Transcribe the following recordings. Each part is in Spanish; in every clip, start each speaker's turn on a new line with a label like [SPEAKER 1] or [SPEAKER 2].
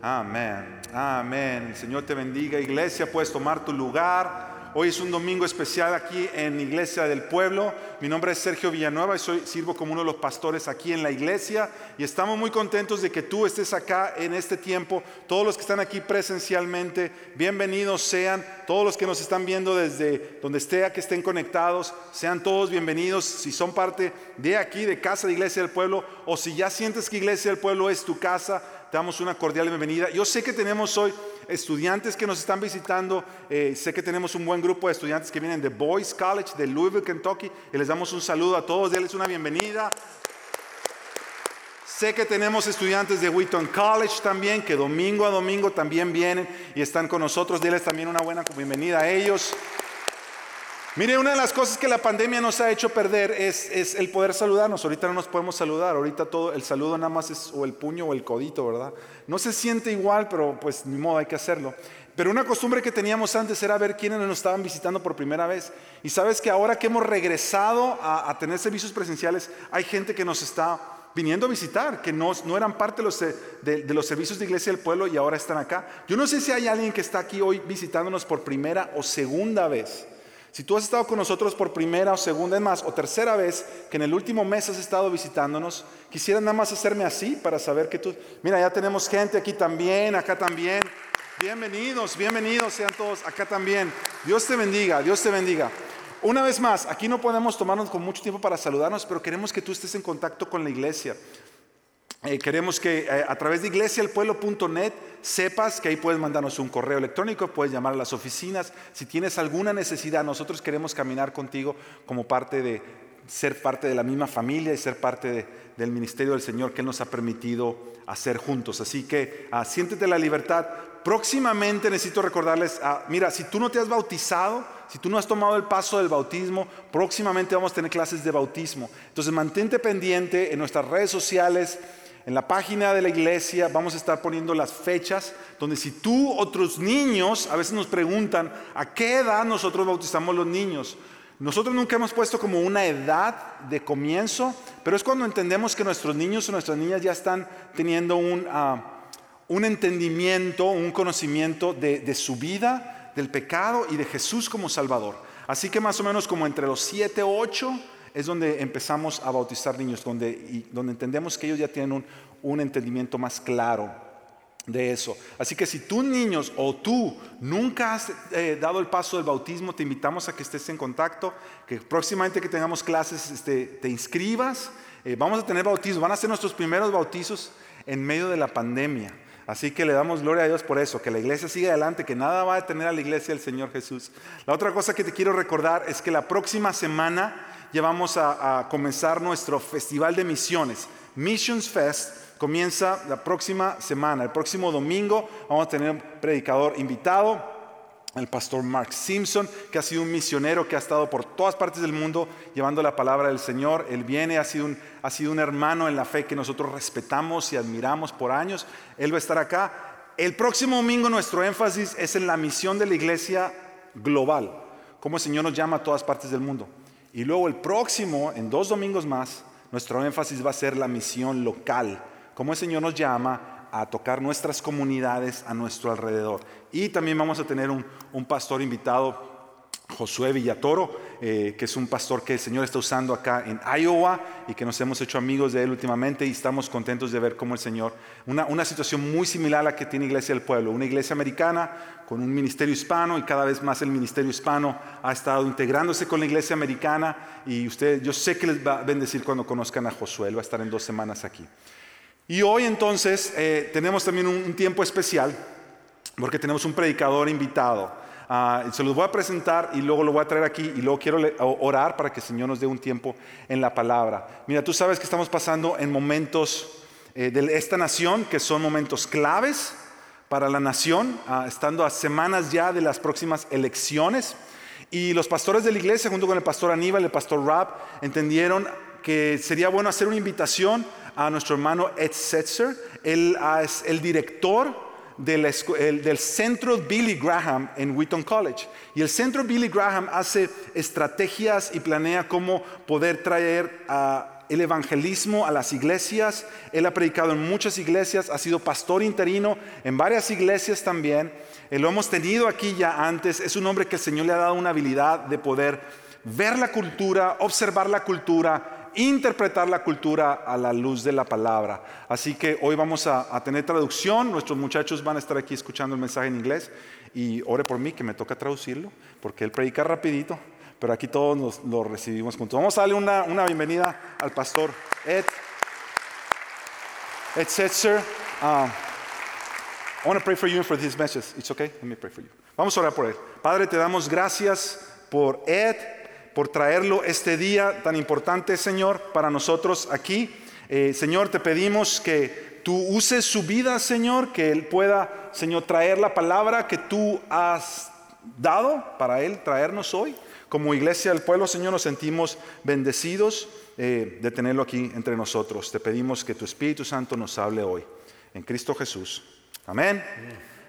[SPEAKER 1] Amén, amén. El Señor te bendiga, iglesia. Puedes tomar tu lugar. Hoy es un domingo especial aquí en Iglesia del Pueblo. Mi nombre es Sergio Villanueva y soy, sirvo como uno de los pastores aquí en la iglesia. Y estamos muy contentos de que tú estés acá en este tiempo. Todos los que están aquí presencialmente, bienvenidos sean. Todos los que nos están viendo desde donde sea que estén conectados, sean todos bienvenidos. Si son parte de aquí, de Casa de Iglesia del Pueblo, o si ya sientes que Iglesia del Pueblo es tu casa, te damos una cordial bienvenida. Yo sé que tenemos hoy estudiantes que nos están visitando, eh, sé que tenemos un buen grupo de estudiantes que vienen de Boys College de Louisville, Kentucky, y les damos un saludo a todos, denles una bienvenida. Sé que tenemos estudiantes de Wheaton College también, que domingo a domingo también vienen y están con nosotros, denles también una buena bienvenida a ellos. Mire, una de las cosas que la pandemia nos ha hecho perder es, es, el poder saludarnos. Ahorita no nos podemos saludar, ahorita todo el saludo nada más es o el puño o el codito, ¿verdad? No se siente igual, pero pues ni modo, hay que hacerlo. Pero una costumbre que teníamos antes era ver quiénes nos estaban visitando por primera vez. Y sabes que ahora que hemos regresado a, a tener servicios presenciales, hay gente que nos está viniendo a visitar, que no, no eran parte de los, de, de los, servicios de iglesia del pueblo y ahora están acá. Yo no sé si hay alguien que está aquí hoy visitándonos por primera o segunda vez. Si tú has estado con nosotros por primera o segunda, es más, o tercera vez que en el último mes has estado visitándonos, quisiera nada más hacerme así para saber que tú... Mira, ya tenemos gente aquí también, acá también. Bienvenidos, bienvenidos sean todos, acá también. Dios te bendiga, Dios te bendiga. Una vez más, aquí no podemos tomarnos con mucho tiempo para saludarnos, pero queremos que tú estés en contacto con la iglesia. Eh, queremos que eh, a través de iglesialpueblo.net sepas que ahí puedes mandarnos un correo electrónico, puedes llamar a las oficinas. Si tienes alguna necesidad, nosotros queremos caminar contigo como parte de ser parte de la misma familia y ser parte de, del ministerio del Señor que Él nos ha permitido hacer juntos. Así que ah, siéntete la libertad. Próximamente necesito recordarles, ah, mira, si tú no te has bautizado, si tú no has tomado el paso del bautismo, próximamente vamos a tener clases de bautismo. Entonces mantente pendiente en nuestras redes sociales, en la página de la iglesia vamos a estar poniendo las fechas donde si tú otros niños a veces nos preguntan a qué edad nosotros bautizamos los niños. Nosotros nunca hemos puesto como una edad de comienzo, pero es cuando entendemos que nuestros niños o nuestras niñas ya están teniendo un, uh, un entendimiento, un conocimiento de, de su vida, del pecado y de Jesús como Salvador. Así que más o menos como entre los 7, 8 es donde empezamos a bautizar niños, donde, y donde entendemos que ellos ya tienen un, un, entendimiento más claro de eso. Así que si tú niños o tú nunca has eh, dado el paso del bautismo, te invitamos a que estés en contacto, que próximamente que tengamos clases este, te inscribas, eh, vamos a tener bautizos, van a ser nuestros primeros bautizos en medio de la pandemia. Así que le damos gloria a Dios por eso, que la iglesia siga adelante, que nada va a detener a la iglesia del Señor Jesús. La otra cosa que te quiero recordar es que la próxima semana ya vamos a, a comenzar nuestro festival de misiones, Missions Fest. Comienza la próxima semana, el próximo domingo vamos a tener un predicador invitado el pastor Mark Simpson, que ha sido un misionero que ha estado por todas partes del mundo llevando la palabra del Señor. Él viene, ha sido, un, ha sido un hermano en la fe que nosotros respetamos y admiramos por años. Él va a estar acá. El próximo domingo nuestro énfasis es en la misión de la iglesia global, cómo el Señor nos llama a todas partes del mundo. Y luego el próximo, en dos domingos más, nuestro énfasis va a ser la misión local, cómo el Señor nos llama a tocar nuestras comunidades a nuestro alrededor. Y también vamos a tener un, un pastor invitado, Josué Villatoro, eh, que es un pastor que el Señor está usando acá en Iowa y que nos hemos hecho amigos de él últimamente y estamos contentos de ver cómo el Señor, una, una situación muy similar a la que tiene Iglesia del Pueblo, una iglesia americana con un ministerio hispano y cada vez más el ministerio hispano ha estado integrándose con la iglesia americana y ustedes, yo sé que les va a bendecir cuando conozcan a Josué, él va a estar en dos semanas aquí. Y hoy entonces eh, tenemos también un, un, tiempo especial porque tenemos un predicador invitado. Uh, se los voy a presentar y luego lo voy a traer aquí y luego quiero orar para que el Señor nos dé un tiempo en la palabra. Mira, tú sabes que estamos pasando en momentos eh, de esta nación que son momentos claves para la nación, uh, estando a semanas ya de las próximas elecciones. Y los pastores de la iglesia, junto con el pastor Aníbal, el pastor Rab, entendieron que sería bueno hacer una invitación a nuestro hermano Ed Setzer. Él es el director del, el, del, centro Billy Graham en Wheaton College. Y el centro Billy Graham hace estrategias y planea cómo poder traer a el evangelismo a las iglesias. Él ha predicado en muchas iglesias, ha sido pastor interino en varias iglesias también. Eh, lo hemos tenido aquí ya antes. Es un hombre que el Señor le ha dado una habilidad de poder ver la cultura, observar la cultura, interpretar la cultura a la luz de la palabra. Así que hoy vamos a, a tener traducción. Nuestros muchachos van a estar aquí escuchando el mensaje en inglés. Y ore por mí, que me toca traducirlo, porque él predica rapidito pero aquí todos lo recibimos juntos. Vamos a darle una, una bienvenida al pastor Ed, Ed Setzer. Um, I want to pray for you and for this message. It's okay? Let me pray for you. Vamos a orar por él. Padre, te damos gracias por Ed, por traerlo este día tan importante, Señor, para nosotros aquí. Eh, Señor, te pedimos que tú uses su vida, Señor, que él pueda, Señor, traer la palabra que tú has dado para él, traernos hoy como iglesia del pueblo, Señor, nos sentimos bendecidos eh, de tenerlo aquí entre nosotros. Te pedimos que tu Espíritu Santo nos hable hoy. En Cristo Jesús. Amén.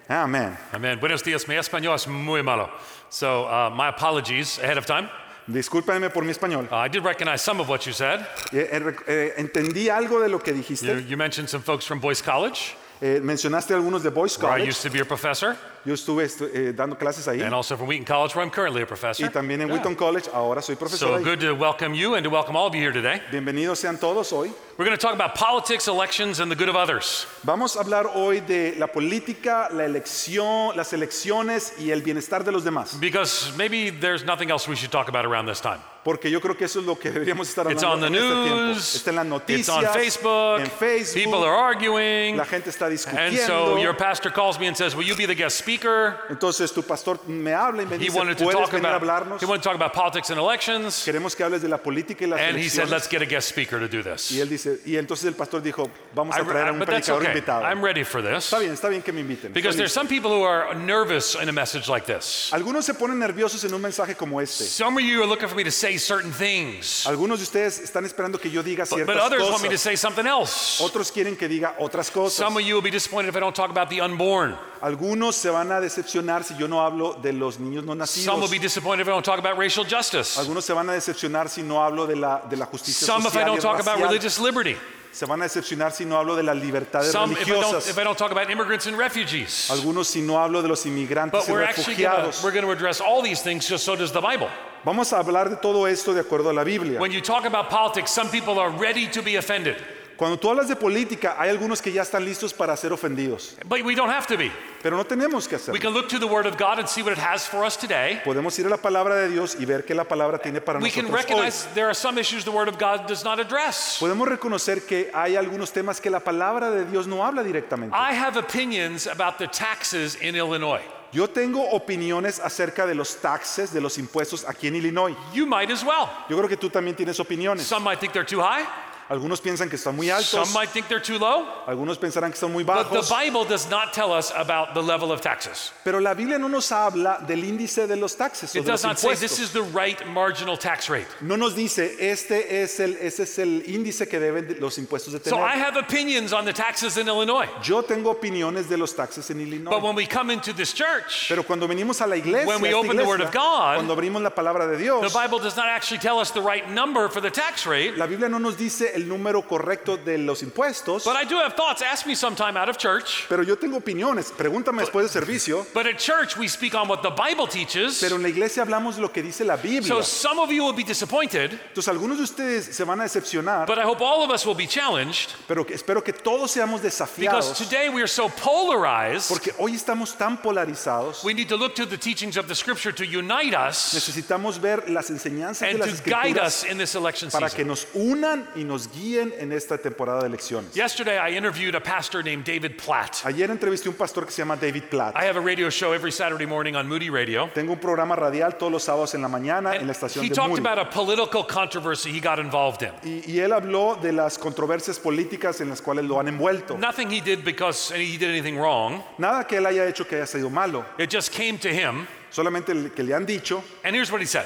[SPEAKER 1] Amén.
[SPEAKER 2] Amen. Buenos días. Mi español es muy malo. So, uh, my apologies ahead of time.
[SPEAKER 1] Discúlpenme por mi español.
[SPEAKER 2] Uh, I did recognize some of what you said.
[SPEAKER 1] Eh, eh, eh, entendí algo de lo que
[SPEAKER 2] You,
[SPEAKER 1] dijiste.
[SPEAKER 2] you mentioned some folks from Boyce College,
[SPEAKER 1] Eh, mencionaste algunos de Boy
[SPEAKER 2] where I
[SPEAKER 1] Scouts.
[SPEAKER 2] used to be a professor,
[SPEAKER 1] Yo estuve estu- eh, dando clases ahí.
[SPEAKER 2] and also from Wheaton College, where I'm currently a professor.
[SPEAKER 1] Y también en
[SPEAKER 2] Yeah.
[SPEAKER 1] Wheaton College. Ahora soy profesor.
[SPEAKER 2] So
[SPEAKER 1] ahí.
[SPEAKER 2] good to welcome you and to welcome all of you here today.
[SPEAKER 1] Bienvenidos sean todos hoy.
[SPEAKER 2] We're going to talk about politics, elections, and the good of others.
[SPEAKER 1] Vamos a hablar hoy de la política, la elección, las elecciones y el bienestar de los demás.
[SPEAKER 2] Because maybe there's nothing else we should talk about around this time.
[SPEAKER 1] Porque yo creo que eso es lo que deberíamos estar
[SPEAKER 2] It's
[SPEAKER 1] hablando
[SPEAKER 2] on the
[SPEAKER 1] en este tiempo.
[SPEAKER 2] news,
[SPEAKER 1] Está en las noticias,
[SPEAKER 2] it's on Facebook,
[SPEAKER 1] en Facebook,
[SPEAKER 2] people are arguing.
[SPEAKER 1] la gente está
[SPEAKER 2] And so
[SPEAKER 1] discutiendo.
[SPEAKER 2] your pastor calls me and says, Will you be the guest speaker?
[SPEAKER 1] Entonces tu pastor me habla y me
[SPEAKER 2] He
[SPEAKER 1] dice,
[SPEAKER 2] wanted to
[SPEAKER 1] ¿puedes
[SPEAKER 2] talk
[SPEAKER 1] venir a
[SPEAKER 2] about
[SPEAKER 1] hablarnos?
[SPEAKER 2] he wanted to talk about politics and elections.
[SPEAKER 1] Queremos que hables de la política y las
[SPEAKER 2] And he said,
[SPEAKER 1] elecciones.
[SPEAKER 2] Let's get a guest speaker to do
[SPEAKER 1] y
[SPEAKER 2] this.
[SPEAKER 1] él dice, y entonces el pastor dijo, vamos
[SPEAKER 2] I-
[SPEAKER 1] a traer a
[SPEAKER 2] I-
[SPEAKER 1] un
[SPEAKER 2] but that's
[SPEAKER 1] predicador
[SPEAKER 2] okay.
[SPEAKER 1] invitado.
[SPEAKER 2] I'm ready for this.
[SPEAKER 1] está bien, está bien que me inviten.
[SPEAKER 2] Because
[SPEAKER 1] está bien.
[SPEAKER 2] there's some people who are nervous in a message like this.
[SPEAKER 1] Algunos se ponen nerviosos en un mensaje como este.
[SPEAKER 2] Some of you are looking for me to say certain things,
[SPEAKER 1] Algunos de ustedes están esperando que yo diga
[SPEAKER 2] but,
[SPEAKER 1] ciertas
[SPEAKER 2] but others want me to
[SPEAKER 1] cosas.
[SPEAKER 2] say something else.
[SPEAKER 1] Otros quieren que diga otras cosas.
[SPEAKER 2] Some of you will be disappointed if I don't talk about the unborn.
[SPEAKER 1] Algunos se van a decepcionar si yo no hablo de los niños no
[SPEAKER 2] Some will
[SPEAKER 1] nacidos.
[SPEAKER 2] be disappointed if I don't talk about racial justice.
[SPEAKER 1] Algunos se van a decepcionar si no hablo de la, de la justicia
[SPEAKER 2] Some if I
[SPEAKER 1] social y
[SPEAKER 2] don't talk about
[SPEAKER 1] racial.
[SPEAKER 2] religious liberty.
[SPEAKER 1] Se van a decepcionar si no hablo de las libertades
[SPEAKER 2] Some if I don't
[SPEAKER 1] religiosas.
[SPEAKER 2] if I don't talk about immigrants and refugees.
[SPEAKER 1] Algunos si no hablo de los inmigrantes
[SPEAKER 2] But
[SPEAKER 1] y
[SPEAKER 2] we're actually gonna,
[SPEAKER 1] refugiados.
[SPEAKER 2] we're going to address all these things, just so does the Bible.
[SPEAKER 1] Vamos a hablar de todo esto de acuerdo a la Biblia.
[SPEAKER 2] When you talk about politics, some people are ready to be offended,
[SPEAKER 1] Cuando tú hablas de política, hay algunos que ya están listos para ser ofendidos,
[SPEAKER 2] but we don't have to be.
[SPEAKER 1] pero no tenemos que
[SPEAKER 2] We
[SPEAKER 1] hacerlo.
[SPEAKER 2] can look to the Word of God and see what it has for us today.
[SPEAKER 1] Podemos ir a la palabra de Dios y ver qué la palabra tiene para
[SPEAKER 2] We can
[SPEAKER 1] nosotros hoy.
[SPEAKER 2] recognize there are some issues the Word of God does not address.
[SPEAKER 1] Podemos reconocer que hay algunos temas que la palabra de Dios no habla directamente.
[SPEAKER 2] I have opinions about the taxes in Illinois.
[SPEAKER 1] Yo tengo opiniones acerca de los taxes, de los impuestos aquí en Illinois.
[SPEAKER 2] You might as well.
[SPEAKER 1] Yo creo que tú también tienes opiniones.
[SPEAKER 2] Some might think they're too high,
[SPEAKER 1] Algunos piensan que están muy
[SPEAKER 2] some
[SPEAKER 1] altos,
[SPEAKER 2] might think they're too low,
[SPEAKER 1] algunos pensarán que están muy
[SPEAKER 2] but the
[SPEAKER 1] bajos,
[SPEAKER 2] Bible does not tell us about the level of taxes.
[SPEAKER 1] pero la Biblia no nos habla del índice de los taxes o
[SPEAKER 2] It
[SPEAKER 1] de los
[SPEAKER 2] does not say
[SPEAKER 1] impuestos.
[SPEAKER 2] this is the right marginal tax rate.
[SPEAKER 1] No nos dice este es el ese es el índice que deben de- los impuestos de
[SPEAKER 2] So I
[SPEAKER 1] tener.
[SPEAKER 2] have opinions on the taxes in Illinois.
[SPEAKER 1] Yo tengo opiniones de los taxes en
[SPEAKER 2] But
[SPEAKER 1] Illinois,
[SPEAKER 2] when we come into this church,
[SPEAKER 1] pero cuando venimos a la iglesia,
[SPEAKER 2] When we
[SPEAKER 1] a esta
[SPEAKER 2] open the Word
[SPEAKER 1] iglesia,
[SPEAKER 2] of God,
[SPEAKER 1] cuando abrimos la palabra de
[SPEAKER 2] the
[SPEAKER 1] Dios,
[SPEAKER 2] Bible does not actually tell us the right number for the tax rate.
[SPEAKER 1] la Biblia no nos dice el número correcto de los impuestos,
[SPEAKER 2] But I do have thoughts. Ask me sometime out of church.
[SPEAKER 1] pero yo tengo opiniones. Pregúntame después de servicio.
[SPEAKER 2] But at church, we speak on what the Bible teaches.
[SPEAKER 1] Pero en la iglesia hablamos lo que dice la Biblia.
[SPEAKER 2] So some of you will be disappointed,
[SPEAKER 1] Entonces algunos de ustedes se van a decepcionar,
[SPEAKER 2] but I hope all of us will be challenged
[SPEAKER 1] pero que- espero que todos seamos
[SPEAKER 2] because
[SPEAKER 1] desafiados,
[SPEAKER 2] today we are so polarized.
[SPEAKER 1] porque hoy estamos tan polarizados.
[SPEAKER 2] We need to look to the teachings of the Scripture to unite us
[SPEAKER 1] Necesitamos ver las enseñanzas de
[SPEAKER 2] and
[SPEAKER 1] las
[SPEAKER 2] to guide
[SPEAKER 1] escrituras
[SPEAKER 2] us in this election
[SPEAKER 1] para
[SPEAKER 2] season.
[SPEAKER 1] que nos unan y nos guíen en esta temporada de elecciones.
[SPEAKER 2] Yesterday, I interviewed a pastor named David Platt.
[SPEAKER 1] Ayer entrevisté a un pastor que se llama David Platt.
[SPEAKER 2] I have a radio show every Saturday morning on Moody Radio.
[SPEAKER 1] Tengo un programa radial todos los sábados en la mañana en la estación
[SPEAKER 2] he
[SPEAKER 1] de
[SPEAKER 2] talked
[SPEAKER 1] Moody.
[SPEAKER 2] about a political controversy he got involved in.
[SPEAKER 1] Y, y él habló de las controversias políticas en las cuales lo han envuelto.
[SPEAKER 2] Nothing he did because he did anything wrong.
[SPEAKER 1] Nada que él haya hecho que haya sido malo,
[SPEAKER 2] It just came to him.
[SPEAKER 1] solamente el que le han dicho,
[SPEAKER 2] And here's what he said,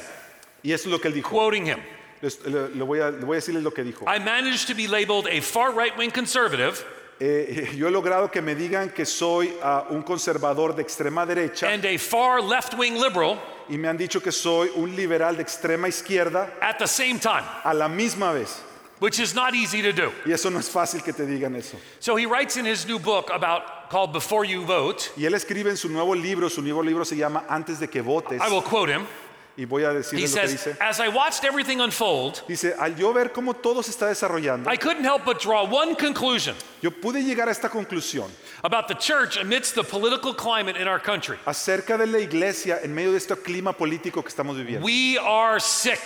[SPEAKER 1] y eso es lo que él dijo.
[SPEAKER 2] quoting him
[SPEAKER 1] Les- le, le voy a, le voy a decirles lo que dijo.
[SPEAKER 2] I managed to be labeled a far right wing conservative
[SPEAKER 1] Eh, yo he logrado que me digan que soy ah, un conservador de extrema derecha
[SPEAKER 2] and a far left wing liberal
[SPEAKER 1] y me han dicho que soy un liberal de extrema izquierda
[SPEAKER 2] at the same time.
[SPEAKER 1] a la misma vez.
[SPEAKER 2] which is not easy to do.
[SPEAKER 1] Y eso no es fácil que te digan eso.
[SPEAKER 2] So he writes in his new book about called Before You Vote.
[SPEAKER 1] Y él escribe en su nuevo libro, su nuevo libro se llama Antes de que votes.
[SPEAKER 2] I will quote him.
[SPEAKER 1] Y voy a
[SPEAKER 2] He
[SPEAKER 1] decirles lo que
[SPEAKER 2] says,
[SPEAKER 1] dice.
[SPEAKER 2] As I watched everything unfold,
[SPEAKER 1] Dice, al yo ver cómo todo se está desarrollando,
[SPEAKER 2] I couldn't help but draw one conclusion
[SPEAKER 1] yo pude llegar a esta conclusión
[SPEAKER 2] about the church amidst the political climate in our country.
[SPEAKER 1] acerca de la iglesia en medio de este clima político que estamos viviendo.
[SPEAKER 2] We are sick.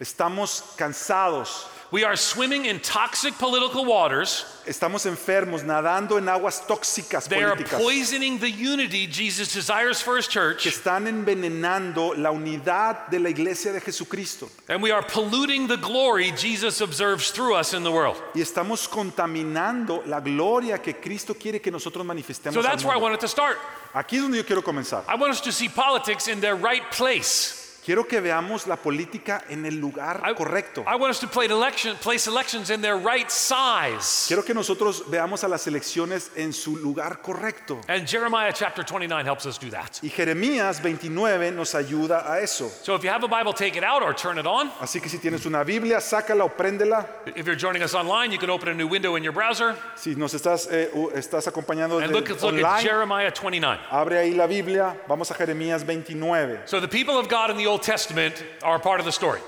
[SPEAKER 1] Estamos cansados,
[SPEAKER 2] We are swimming in toxic political waters.
[SPEAKER 1] estamos enfermos, nadando en aguas tóxicas
[SPEAKER 2] They are
[SPEAKER 1] políticas
[SPEAKER 2] poisoning the unity Jesus desires for his
[SPEAKER 1] que
[SPEAKER 2] church,
[SPEAKER 1] están envenenando la unidad de la iglesia de Jesucristo
[SPEAKER 2] and we are polluting the glory Jesus observes through us in the world.
[SPEAKER 1] y estamos contaminando la gloria que Cristo quiere que nosotros
[SPEAKER 2] So
[SPEAKER 1] manifestemos. al
[SPEAKER 2] that's where I
[SPEAKER 1] mundo.
[SPEAKER 2] wanted to start.
[SPEAKER 1] Aquí es donde yo quiero comenzar.
[SPEAKER 2] I want us to see politics in their right place.
[SPEAKER 1] Quiero que veamos la política en el lugar
[SPEAKER 2] I,
[SPEAKER 1] correcto.
[SPEAKER 2] I want us to play election, place elections in their right size.
[SPEAKER 1] Quiero que nosotros veamos a las elecciones en su lugar correcto.
[SPEAKER 2] And Jeremiah chapter 29 helps us do that.
[SPEAKER 1] Y Jeremías 29 nos ayuda a eso.
[SPEAKER 2] So if you have a Bible, take it out or turn it on.
[SPEAKER 1] Así que si tienes una Biblia, sácala o préndela.
[SPEAKER 2] If you're joining us online, you can open a new window in your browser
[SPEAKER 1] Si nos estás, eh, u- estás acompañando
[SPEAKER 2] and
[SPEAKER 1] de-
[SPEAKER 2] look, look at
[SPEAKER 1] online,
[SPEAKER 2] Jeremiah 29.
[SPEAKER 1] abre ahí la Biblia. Vamos a Jeremías 29.
[SPEAKER 2] So the people of God in the Old Testament are a part of the story.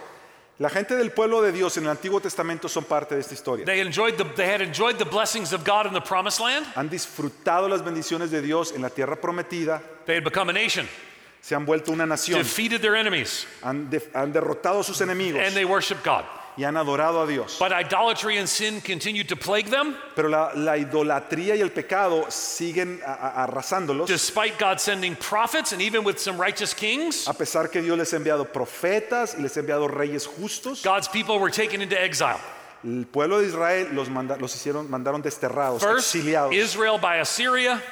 [SPEAKER 1] La gente del pueblo de Dios en el Antiguo Testamento son parte de esta historia.
[SPEAKER 2] They enjoyed the, they had enjoyed the blessings of God in the promised land.
[SPEAKER 1] Han disfrutado las bendiciones de Dios en la tierra prometida.
[SPEAKER 2] They had become a nation,
[SPEAKER 1] Se han vuelto una nación.
[SPEAKER 2] defeated their enemies,
[SPEAKER 1] Han, de- han derrotado a sus enemigos
[SPEAKER 2] and they worshiped God.
[SPEAKER 1] y han adorado a Dios.
[SPEAKER 2] But idolatry and sin continued to plague them
[SPEAKER 1] Pero la, la idolatría y el pecado siguen a- a- arrasándolos,
[SPEAKER 2] despite God sending prophets and even with some righteous kings.
[SPEAKER 1] a pesar que Dios les ha enviado profetas y les ha enviado reyes justos.
[SPEAKER 2] God's people were taken into exile.
[SPEAKER 1] El pueblo de Israel los, manda- los hicieron, mandaron desterrados,
[SPEAKER 2] First,
[SPEAKER 1] exiliados.
[SPEAKER 2] Israel by Assyria,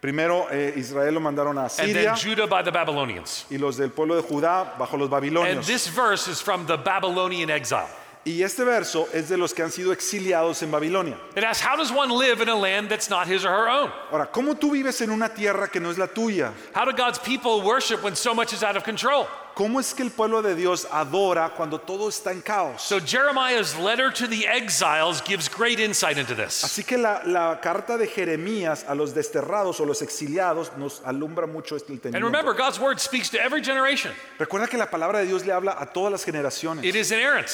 [SPEAKER 1] Primero eh, Israel lo mandaron a
[SPEAKER 2] and then
[SPEAKER 1] Siria
[SPEAKER 2] Judah by the Babylonians.
[SPEAKER 1] y los del pueblo de Judá bajo los
[SPEAKER 2] And
[SPEAKER 1] babilonios.
[SPEAKER 2] this verse is from the Babylonian exile.
[SPEAKER 1] Y este verso es de los que han sido exiliados en Babilonia.
[SPEAKER 2] It asks, How does one live in a land that's not his or her own?
[SPEAKER 1] Ahora, ¿cómo tú vives en una tierra que no es la tuya?
[SPEAKER 2] How do God's people worship when so much is out of control?
[SPEAKER 1] ¿Cómo es que el pueblo de Dios adora cuando todo está en caos?
[SPEAKER 2] So Jeremiah's letter to the exiles gives great insight into this.
[SPEAKER 1] Así que la, la carta de Jeremías a los desterrados o los exiliados nos alumbra mucho este
[SPEAKER 2] And
[SPEAKER 1] entendimiento.
[SPEAKER 2] remember, God's word speaks to every generation.
[SPEAKER 1] Recuerda que la palabra de Dios le habla a todas las generaciones.
[SPEAKER 2] It is inerrant.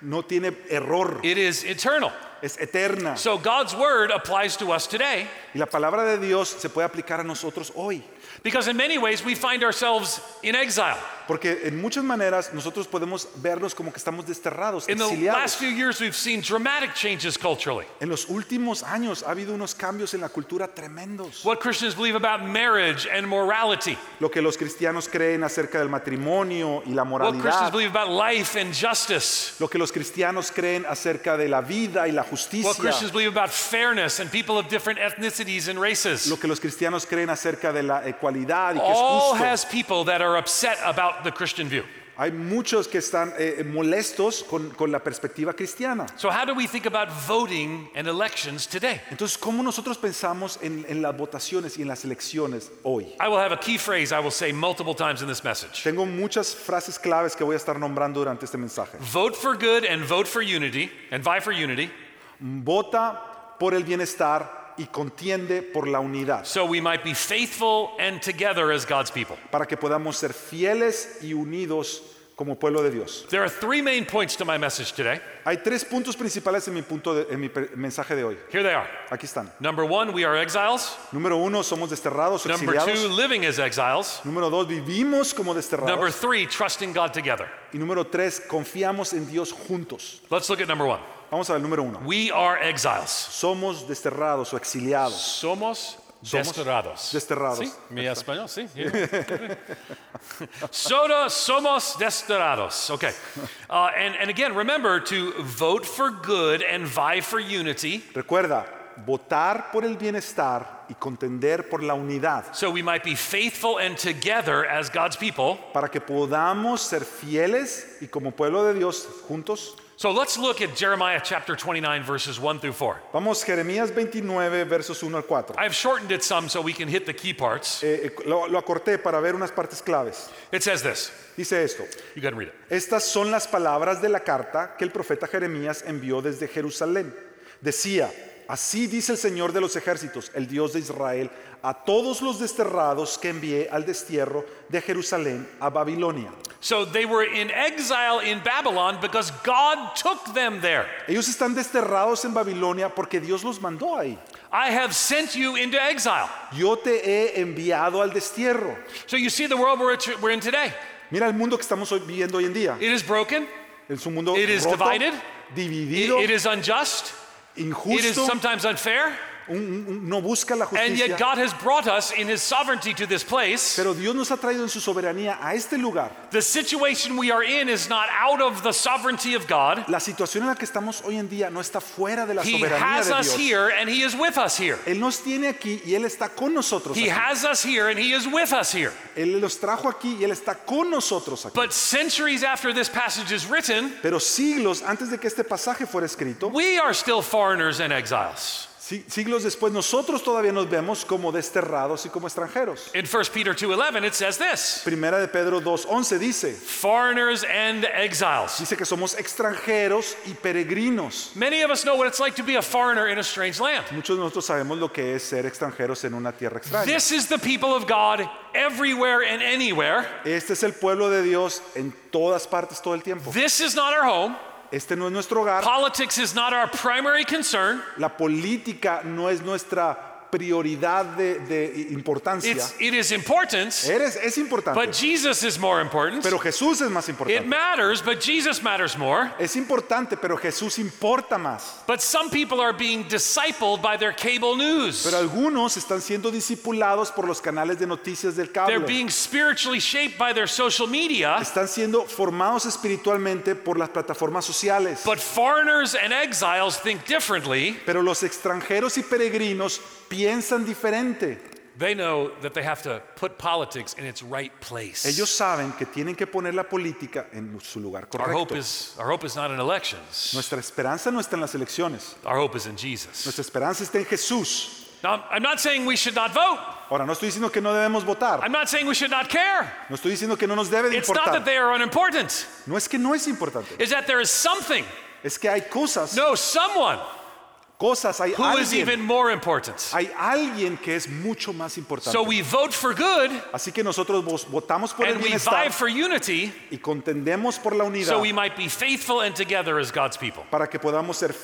[SPEAKER 1] No tiene error,
[SPEAKER 2] It is eternal.
[SPEAKER 1] es eterna.
[SPEAKER 2] So God's word applies to us today
[SPEAKER 1] Y la palabra de Dios se puede aplicar a nosotros hoy.
[SPEAKER 2] because in many ways we find ourselves in exile.
[SPEAKER 1] Porque en muchas maneras nosotros podemos vernos como que estamos desterrados,
[SPEAKER 2] In the last
[SPEAKER 1] exiliados.
[SPEAKER 2] few years we've seen dramatic changes culturally.
[SPEAKER 1] En los últimos años ha habido unos cambios en la cultura tremendos.
[SPEAKER 2] What Christians believe about marriage and morality.
[SPEAKER 1] Lo que los cristianos creen acerca del matrimonio y la
[SPEAKER 2] What
[SPEAKER 1] moralidad.
[SPEAKER 2] Christians believe about life and justice.
[SPEAKER 1] Lo que los cristianos creen acerca de la vida y la
[SPEAKER 2] What
[SPEAKER 1] justicia.
[SPEAKER 2] Christians believe about fairness and people of different ethnicities and races.
[SPEAKER 1] lo que los cristianos creen acerca de la ecualidad y que es
[SPEAKER 2] All
[SPEAKER 1] justo.
[SPEAKER 2] has people that are upset about the Christian view.
[SPEAKER 1] Hay muchos que están eh, molestos con, con la perspectiva cristiana.
[SPEAKER 2] So, how do we think about voting and elections today?
[SPEAKER 1] Entonces, ¿cómo nosotros pensamos en, en las votaciones y en las elecciones hoy?
[SPEAKER 2] I will have a key phrase I will say multiple times in this message
[SPEAKER 1] Tengo muchas frases claves que voy a estar nombrando durante este mensaje.
[SPEAKER 2] vote for good and vote for unity and vie for unity
[SPEAKER 1] Vota por el bienestar y contiende por la unidad,
[SPEAKER 2] so we might be faithful and together as God's people.
[SPEAKER 1] para que podamos ser fieles y unidos como pueblo de Dios.
[SPEAKER 2] There are three main points to my message today.
[SPEAKER 1] Hay tres puntos principales en mi, punto de- en mi pre- mensaje de hoy.
[SPEAKER 2] Here they are.
[SPEAKER 1] Aquí están.
[SPEAKER 2] Number one, we are exiles.
[SPEAKER 1] Número uno, somos desterrados, o
[SPEAKER 2] Number
[SPEAKER 1] exiliados.
[SPEAKER 2] two, living as exiles.
[SPEAKER 1] Número dos, vivimos como desterrados.
[SPEAKER 2] Number three, trusting God together.
[SPEAKER 1] y número tres, confiamos en Dios juntos.
[SPEAKER 2] Let's look at number one.
[SPEAKER 1] Vamos a ver el número uno.
[SPEAKER 2] We are exiles.
[SPEAKER 1] Somos desterrados o exiliados.
[SPEAKER 2] Somos
[SPEAKER 1] Somos
[SPEAKER 2] desterrados.
[SPEAKER 1] desterrados.
[SPEAKER 2] Sí, mi español, sí. yeah. Soda, somos desterrados. Okay. Uh, and, and again, remember to vote for good and vie for unity
[SPEAKER 1] Recuerda, votar por el bienestar y contender por la unidad
[SPEAKER 2] so we might be faithful and together as God's people
[SPEAKER 1] para que podamos ser fieles y como pueblo de Dios juntos
[SPEAKER 2] So let's look at Jeremiah chapter 29, verses 1 through 4.
[SPEAKER 1] Vamos, Jeremías 29, versos 1 al 4.
[SPEAKER 2] I've shortened it some so we can hit the key parts.
[SPEAKER 1] Eh, eh, lo, lo acorté para ver unas partes claves.
[SPEAKER 2] It says this.
[SPEAKER 1] Dice esto,
[SPEAKER 2] You got to read it.
[SPEAKER 1] estas son las palabras de la carta que el profeta Jeremías envió desde Jerusalén. Decía, así dice el Señor de los ejércitos, el Dios de Israel, a todos los desterrados que envié al destierro de Jerusalén a Babilonia.
[SPEAKER 2] So they were in exile in Babylon because God took them there.
[SPEAKER 1] Ellos están desterrados en Babilonia porque Dios los mandó ahí.
[SPEAKER 2] I have sent you into exile.
[SPEAKER 1] Yo te he enviado al destierro.
[SPEAKER 2] So you see the world we're at- we're in today.
[SPEAKER 1] Mira el mundo que estamos hoy viviendo hoy en día.
[SPEAKER 2] It is broken.
[SPEAKER 1] Es un mundo
[SPEAKER 2] It is
[SPEAKER 1] roto,
[SPEAKER 2] divided. It-
[SPEAKER 1] dividido,
[SPEAKER 2] it is unjust. It is
[SPEAKER 1] injusto.
[SPEAKER 2] sometimes unfair.
[SPEAKER 1] un- un- no busca la
[SPEAKER 2] And
[SPEAKER 1] justicia.
[SPEAKER 2] yet God has brought us in his sovereignty to this place.
[SPEAKER 1] Pero Dios nos ha traído en su soberanía a este lugar.
[SPEAKER 2] The situation we are in is not out of the sovereignty of God.
[SPEAKER 1] La situación en la que estamos hoy en día no está fuera de la
[SPEAKER 2] He
[SPEAKER 1] soberanía
[SPEAKER 2] has
[SPEAKER 1] de
[SPEAKER 2] us
[SPEAKER 1] Dios.
[SPEAKER 2] here and he is with us here.
[SPEAKER 1] Él nos tiene aquí y Él está con nosotros.
[SPEAKER 2] He
[SPEAKER 1] aquí.
[SPEAKER 2] has us here and he is with us here.
[SPEAKER 1] Él los trajo aquí y Él está con nosotros aquí.
[SPEAKER 2] But centuries after this passage is written,
[SPEAKER 1] Pero siglos antes de que este pasaje fuera escrito,
[SPEAKER 2] we are still foreigners and exiles.
[SPEAKER 1] si- siglos después nosotros todavía nos vemos como desterrados y como extranjeros.
[SPEAKER 2] In 1 Peter 2:11 it says this,
[SPEAKER 1] Primera de Pedro 2.11 dice,
[SPEAKER 2] foreigners and exiles.
[SPEAKER 1] dice que somos extranjeros y peregrinos.
[SPEAKER 2] Many of us know what it's like to be a foreigner in a strange land.
[SPEAKER 1] Muchos de nosotros sabemos lo que es ser extranjeros en una tierra extraña.
[SPEAKER 2] This is the people of God everywhere and anywhere.
[SPEAKER 1] Este es el pueblo de Dios en todas partes todo el tiempo.
[SPEAKER 2] This is not our home.
[SPEAKER 1] Este no es nuestro hogar.
[SPEAKER 2] Politics is not our primary concern.
[SPEAKER 1] La política no es nuestra prioridad de, de importancia.
[SPEAKER 2] It's, it is important,
[SPEAKER 1] Eres, es
[SPEAKER 2] but
[SPEAKER 1] importante,
[SPEAKER 2] Jesus is more important.
[SPEAKER 1] pero Jesús es más
[SPEAKER 2] It
[SPEAKER 1] importante.
[SPEAKER 2] matters, but Jesus matters more.
[SPEAKER 1] Es importante, pero Jesús importa más.
[SPEAKER 2] But some people are being discipled by their cable news.
[SPEAKER 1] Pero algunos están siendo discipulados por los canales de noticias del
[SPEAKER 2] They're
[SPEAKER 1] cable.
[SPEAKER 2] being spiritually shaped by their social media.
[SPEAKER 1] Están siendo formados espiritualmente por las plataformas sociales.
[SPEAKER 2] But foreigners and exiles think differently.
[SPEAKER 1] Pero los extranjeros y peregrinos piensan diferente.
[SPEAKER 2] They know that they have to put politics in its right place.
[SPEAKER 1] Ellos saben que tienen que poner la política en su lugar
[SPEAKER 2] our hope
[SPEAKER 1] correcto.
[SPEAKER 2] is our hope is not in elections.
[SPEAKER 1] Nuestra esperanza no está en las elecciones.
[SPEAKER 2] Our hope is in Jesus.
[SPEAKER 1] Nuestra esperanza está en Jesús.
[SPEAKER 2] Now, I'm not saying we should not vote.
[SPEAKER 1] Ahora, no estoy diciendo que no debemos votar.
[SPEAKER 2] I'm not saying we should not care.
[SPEAKER 1] No estoy diciendo que no nos debe de
[SPEAKER 2] It's not that
[SPEAKER 1] importar.
[SPEAKER 2] they are unimportant.
[SPEAKER 1] No es que no es importante.
[SPEAKER 2] It's that there is something,
[SPEAKER 1] Es que hay cosas,
[SPEAKER 2] no, someone
[SPEAKER 1] cosas, hay
[SPEAKER 2] who is
[SPEAKER 1] alguien.
[SPEAKER 2] even more important.
[SPEAKER 1] Hay alguien que es mucho más importante.
[SPEAKER 2] So we vote for good
[SPEAKER 1] Así que nosotros vos- votamos por el
[SPEAKER 2] and we vie
[SPEAKER 1] bienestar
[SPEAKER 2] for unity
[SPEAKER 1] y contendemos por la unidad
[SPEAKER 2] so we might be faithful and together as God's people.
[SPEAKER 1] para que podamos ser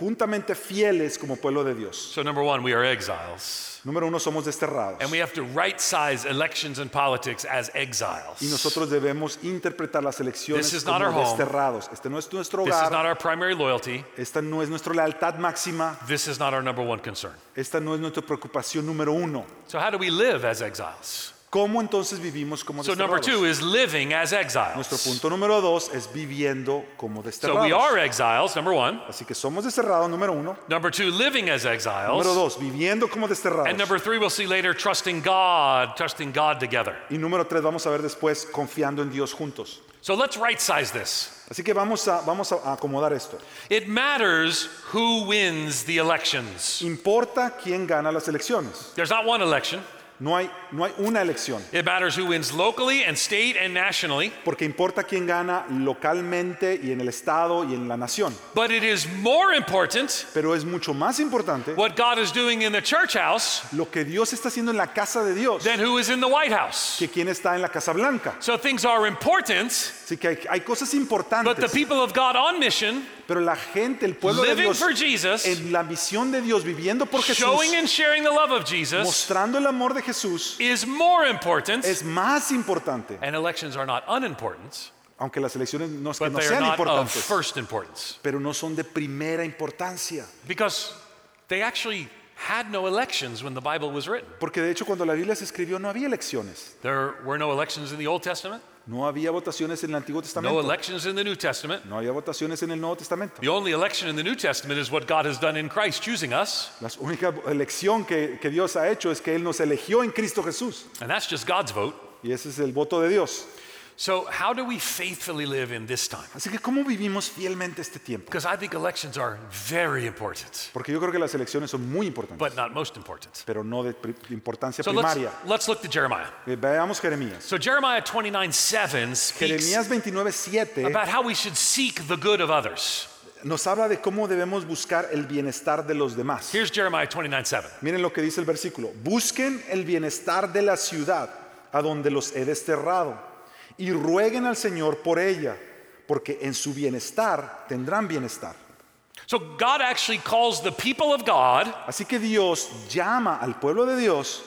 [SPEAKER 1] juntamente fieles como pueblo de Dios.
[SPEAKER 2] So, number one, we are exiles.
[SPEAKER 1] Número uno, somos desterrados.
[SPEAKER 2] And we have to right size elections and politics as exiles.
[SPEAKER 1] Y nosotros debemos interpretar las elecciones
[SPEAKER 2] This is not our
[SPEAKER 1] como
[SPEAKER 2] home.
[SPEAKER 1] desterrados. Este no es nuestro
[SPEAKER 2] This is
[SPEAKER 1] hogar.
[SPEAKER 2] not our primary loyalty.
[SPEAKER 1] Esta no es nuestra lealtad máxima.
[SPEAKER 2] This is not our number one concern.
[SPEAKER 1] Esta no es nuestra preocupación número uno.
[SPEAKER 2] So, how do we live as exiles?
[SPEAKER 1] ¿Cómo entonces vivimos como
[SPEAKER 2] So, number
[SPEAKER 1] desterrados?
[SPEAKER 2] two is living as
[SPEAKER 1] Nuestro
[SPEAKER 2] exiles.
[SPEAKER 1] punto número dos es viviendo como
[SPEAKER 2] So,
[SPEAKER 1] desterrados.
[SPEAKER 2] we are exiles, number one.
[SPEAKER 1] Así que somos desterrados, número uno.
[SPEAKER 2] Number two, living as
[SPEAKER 1] Número
[SPEAKER 2] exiles.
[SPEAKER 1] dos, viviendo como desterrados.
[SPEAKER 2] And number three, we'll see later, trusting God, trusting God together.
[SPEAKER 1] y número tres, vamos a ver después, confiando en Dios juntos.
[SPEAKER 2] So let's right size this.
[SPEAKER 1] Así que vamos a, vamos a acomodar esto.
[SPEAKER 2] It matters who wins the elections.
[SPEAKER 1] Importa quién gana las elecciones.
[SPEAKER 2] There's not one election.
[SPEAKER 1] No hay, no hay una elección.
[SPEAKER 2] It matters who wins locally and state and nationally.
[SPEAKER 1] Porque importa quién gana localmente y en el estado y en la nación.
[SPEAKER 2] But it is more important
[SPEAKER 1] Pero es mucho más importante
[SPEAKER 2] what God is doing in the church house
[SPEAKER 1] lo que Dios está haciendo en la casa de Dios
[SPEAKER 2] than who is in the White House.
[SPEAKER 1] que quién está en la Casa Blanca.
[SPEAKER 2] So things are important,
[SPEAKER 1] Así que hay, hay cosas
[SPEAKER 2] but the
[SPEAKER 1] importantes.
[SPEAKER 2] people of God on mission,
[SPEAKER 1] Pero la gente, el pueblo de
[SPEAKER 2] living
[SPEAKER 1] Dios,
[SPEAKER 2] for Jesus,
[SPEAKER 1] en la misión de Dios, viviendo por Jesús,
[SPEAKER 2] showing and sharing the love of Jesus,
[SPEAKER 1] mostrando el amor de Jesús,
[SPEAKER 2] is more important.
[SPEAKER 1] es más importante.
[SPEAKER 2] And elections are not unimportant,
[SPEAKER 1] Aunque las elecciones no, es que
[SPEAKER 2] but
[SPEAKER 1] no
[SPEAKER 2] they are
[SPEAKER 1] sean
[SPEAKER 2] not of
[SPEAKER 1] importantes,
[SPEAKER 2] first importance
[SPEAKER 1] pero no son de primera importancia.
[SPEAKER 2] because they actually had no elections when the Bible was written.
[SPEAKER 1] Porque de hecho cuando la Biblia se escribió no había elecciones.
[SPEAKER 2] There were no elections in the Old Testament,
[SPEAKER 1] No había votaciones en el Antiguo
[SPEAKER 2] no
[SPEAKER 1] Testamento.
[SPEAKER 2] elections in the New Testament.
[SPEAKER 1] No había votaciones en el Nuevo Testamento.
[SPEAKER 2] The only election in the New Testament is what God has done in Christ, choosing us,
[SPEAKER 1] La única elección que, que Dios ha hecho es que Él nos eligió en Cristo Jesús.
[SPEAKER 2] and that's just God's vote.
[SPEAKER 1] Y ese es el voto de Dios.
[SPEAKER 2] So, how do we faithfully live in this time?
[SPEAKER 1] Así que, ¿cómo vivimos fielmente este tiempo?
[SPEAKER 2] Because I think elections are very important,
[SPEAKER 1] Porque yo creo que las elecciones son muy importantes,
[SPEAKER 2] but not most important.
[SPEAKER 1] pero no de pri- de importancia
[SPEAKER 2] So, let's,
[SPEAKER 1] primaria.
[SPEAKER 2] let's look to Jeremiah.
[SPEAKER 1] Eh, Veamos Jeremías.
[SPEAKER 2] So, Jeremiah 29 7 speaks
[SPEAKER 1] Jeremías 29, 7
[SPEAKER 2] about how we should seek the good of others.
[SPEAKER 1] nos habla de cómo debemos buscar el bienestar de los demás.
[SPEAKER 2] Here's Jeremiah 29 7.
[SPEAKER 1] Miren lo que dice el versículo. Busquen el bienestar de la ciudad a donde los he desterrado y rueguen al Señor por ella, porque en su bienestar tendrán bienestar.
[SPEAKER 2] So, God actually calls the people of God
[SPEAKER 1] Así que Dios llama al pueblo de Dios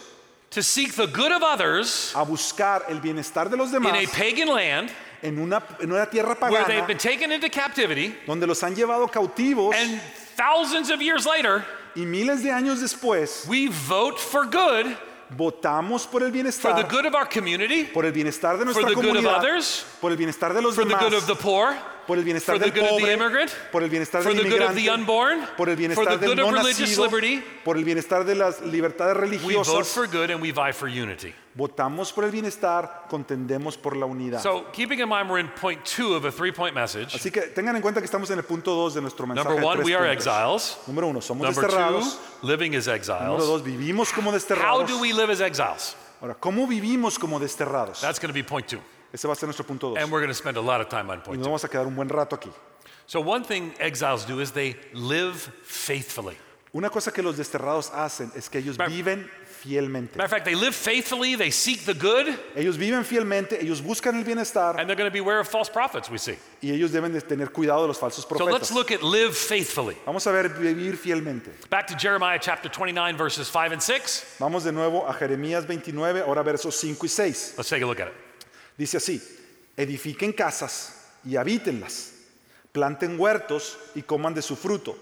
[SPEAKER 2] to seek the good of others
[SPEAKER 1] a buscar el bienestar de los
[SPEAKER 2] in
[SPEAKER 1] demás
[SPEAKER 2] a pagan land
[SPEAKER 1] en una, en una tierra
[SPEAKER 2] where they've
[SPEAKER 1] pagana
[SPEAKER 2] been taken into captivity,
[SPEAKER 1] donde los han llevado cautivos
[SPEAKER 2] and thousands of years later,
[SPEAKER 1] y miles de años después
[SPEAKER 2] we vote for good,
[SPEAKER 1] votamos por el
[SPEAKER 2] for the
[SPEAKER 1] bienestar,
[SPEAKER 2] good of our community,
[SPEAKER 1] por el bienestar de
[SPEAKER 2] for
[SPEAKER 1] nuestra
[SPEAKER 2] the good of
[SPEAKER 1] comunidad,
[SPEAKER 2] others,
[SPEAKER 1] por el bienestar de los
[SPEAKER 2] for the
[SPEAKER 1] demás,
[SPEAKER 2] good of the poor,
[SPEAKER 1] por el
[SPEAKER 2] for
[SPEAKER 1] bienestar
[SPEAKER 2] the
[SPEAKER 1] del
[SPEAKER 2] good of the
[SPEAKER 1] pobre,
[SPEAKER 2] immigrant,
[SPEAKER 1] por el bienestar
[SPEAKER 2] for
[SPEAKER 1] del
[SPEAKER 2] the good of the
[SPEAKER 1] inmigrante,
[SPEAKER 2] unborn,
[SPEAKER 1] por el
[SPEAKER 2] for the
[SPEAKER 1] bienestar del
[SPEAKER 2] good
[SPEAKER 1] no
[SPEAKER 2] of religious
[SPEAKER 1] nacido,
[SPEAKER 2] liberty.
[SPEAKER 1] por el bienestar de las libertades
[SPEAKER 2] We vote
[SPEAKER 1] religiosas.
[SPEAKER 2] for good and we vie for unity.
[SPEAKER 1] Votamos por el bienestar, contendemos por la unidad.
[SPEAKER 2] So, keeping in mind we're in point two of a three point message.
[SPEAKER 1] Así que tengan en cuenta que estamos en el punto 2 de nuestro mensaje.
[SPEAKER 2] Number
[SPEAKER 1] de
[SPEAKER 2] one,
[SPEAKER 1] tres
[SPEAKER 2] we are
[SPEAKER 1] puntos.
[SPEAKER 2] exiles.
[SPEAKER 1] Número uno, somos
[SPEAKER 2] Number two,
[SPEAKER 1] desterrados.
[SPEAKER 2] living as
[SPEAKER 1] Número
[SPEAKER 2] exiles.
[SPEAKER 1] dos, vivimos como
[SPEAKER 2] How
[SPEAKER 1] desterrados.
[SPEAKER 2] do we live as exiles?
[SPEAKER 1] Ahora, ¿cómo vivimos como desterrados?
[SPEAKER 2] That's going to be point two.
[SPEAKER 1] Ese va a ser nuestro punto 2.
[SPEAKER 2] And we're going to spend a lot of time on
[SPEAKER 1] Y
[SPEAKER 2] point
[SPEAKER 1] nos
[SPEAKER 2] two.
[SPEAKER 1] vamos a quedar un buen rato aquí.
[SPEAKER 2] So, one thing exiles do is they live faithfully.
[SPEAKER 1] Una cosa que los desterrados hacen es que ellos
[SPEAKER 2] Matter-
[SPEAKER 1] viven fielmente.
[SPEAKER 2] Matter of fact, they live faithfully, they seek the good,
[SPEAKER 1] Ellos viven fielmente, ellos buscan el bienestar
[SPEAKER 2] and they're going to beware of false prophets, we see.
[SPEAKER 1] y ellos deben de tener cuidado de los falsos
[SPEAKER 2] So, let's
[SPEAKER 1] profetas.
[SPEAKER 2] look at live faithfully.
[SPEAKER 1] Vamos a ver vivir fielmente.
[SPEAKER 2] Back to Jeremiah chapter 29, verses 5 and 6.
[SPEAKER 1] Vamos de nuevo a Jeremías 29, ahora versos 5 y 6.
[SPEAKER 2] Let's take a look at it.
[SPEAKER 1] Dice así, edifiquen casas y habítenlas, planten huertos y coman de su fruto,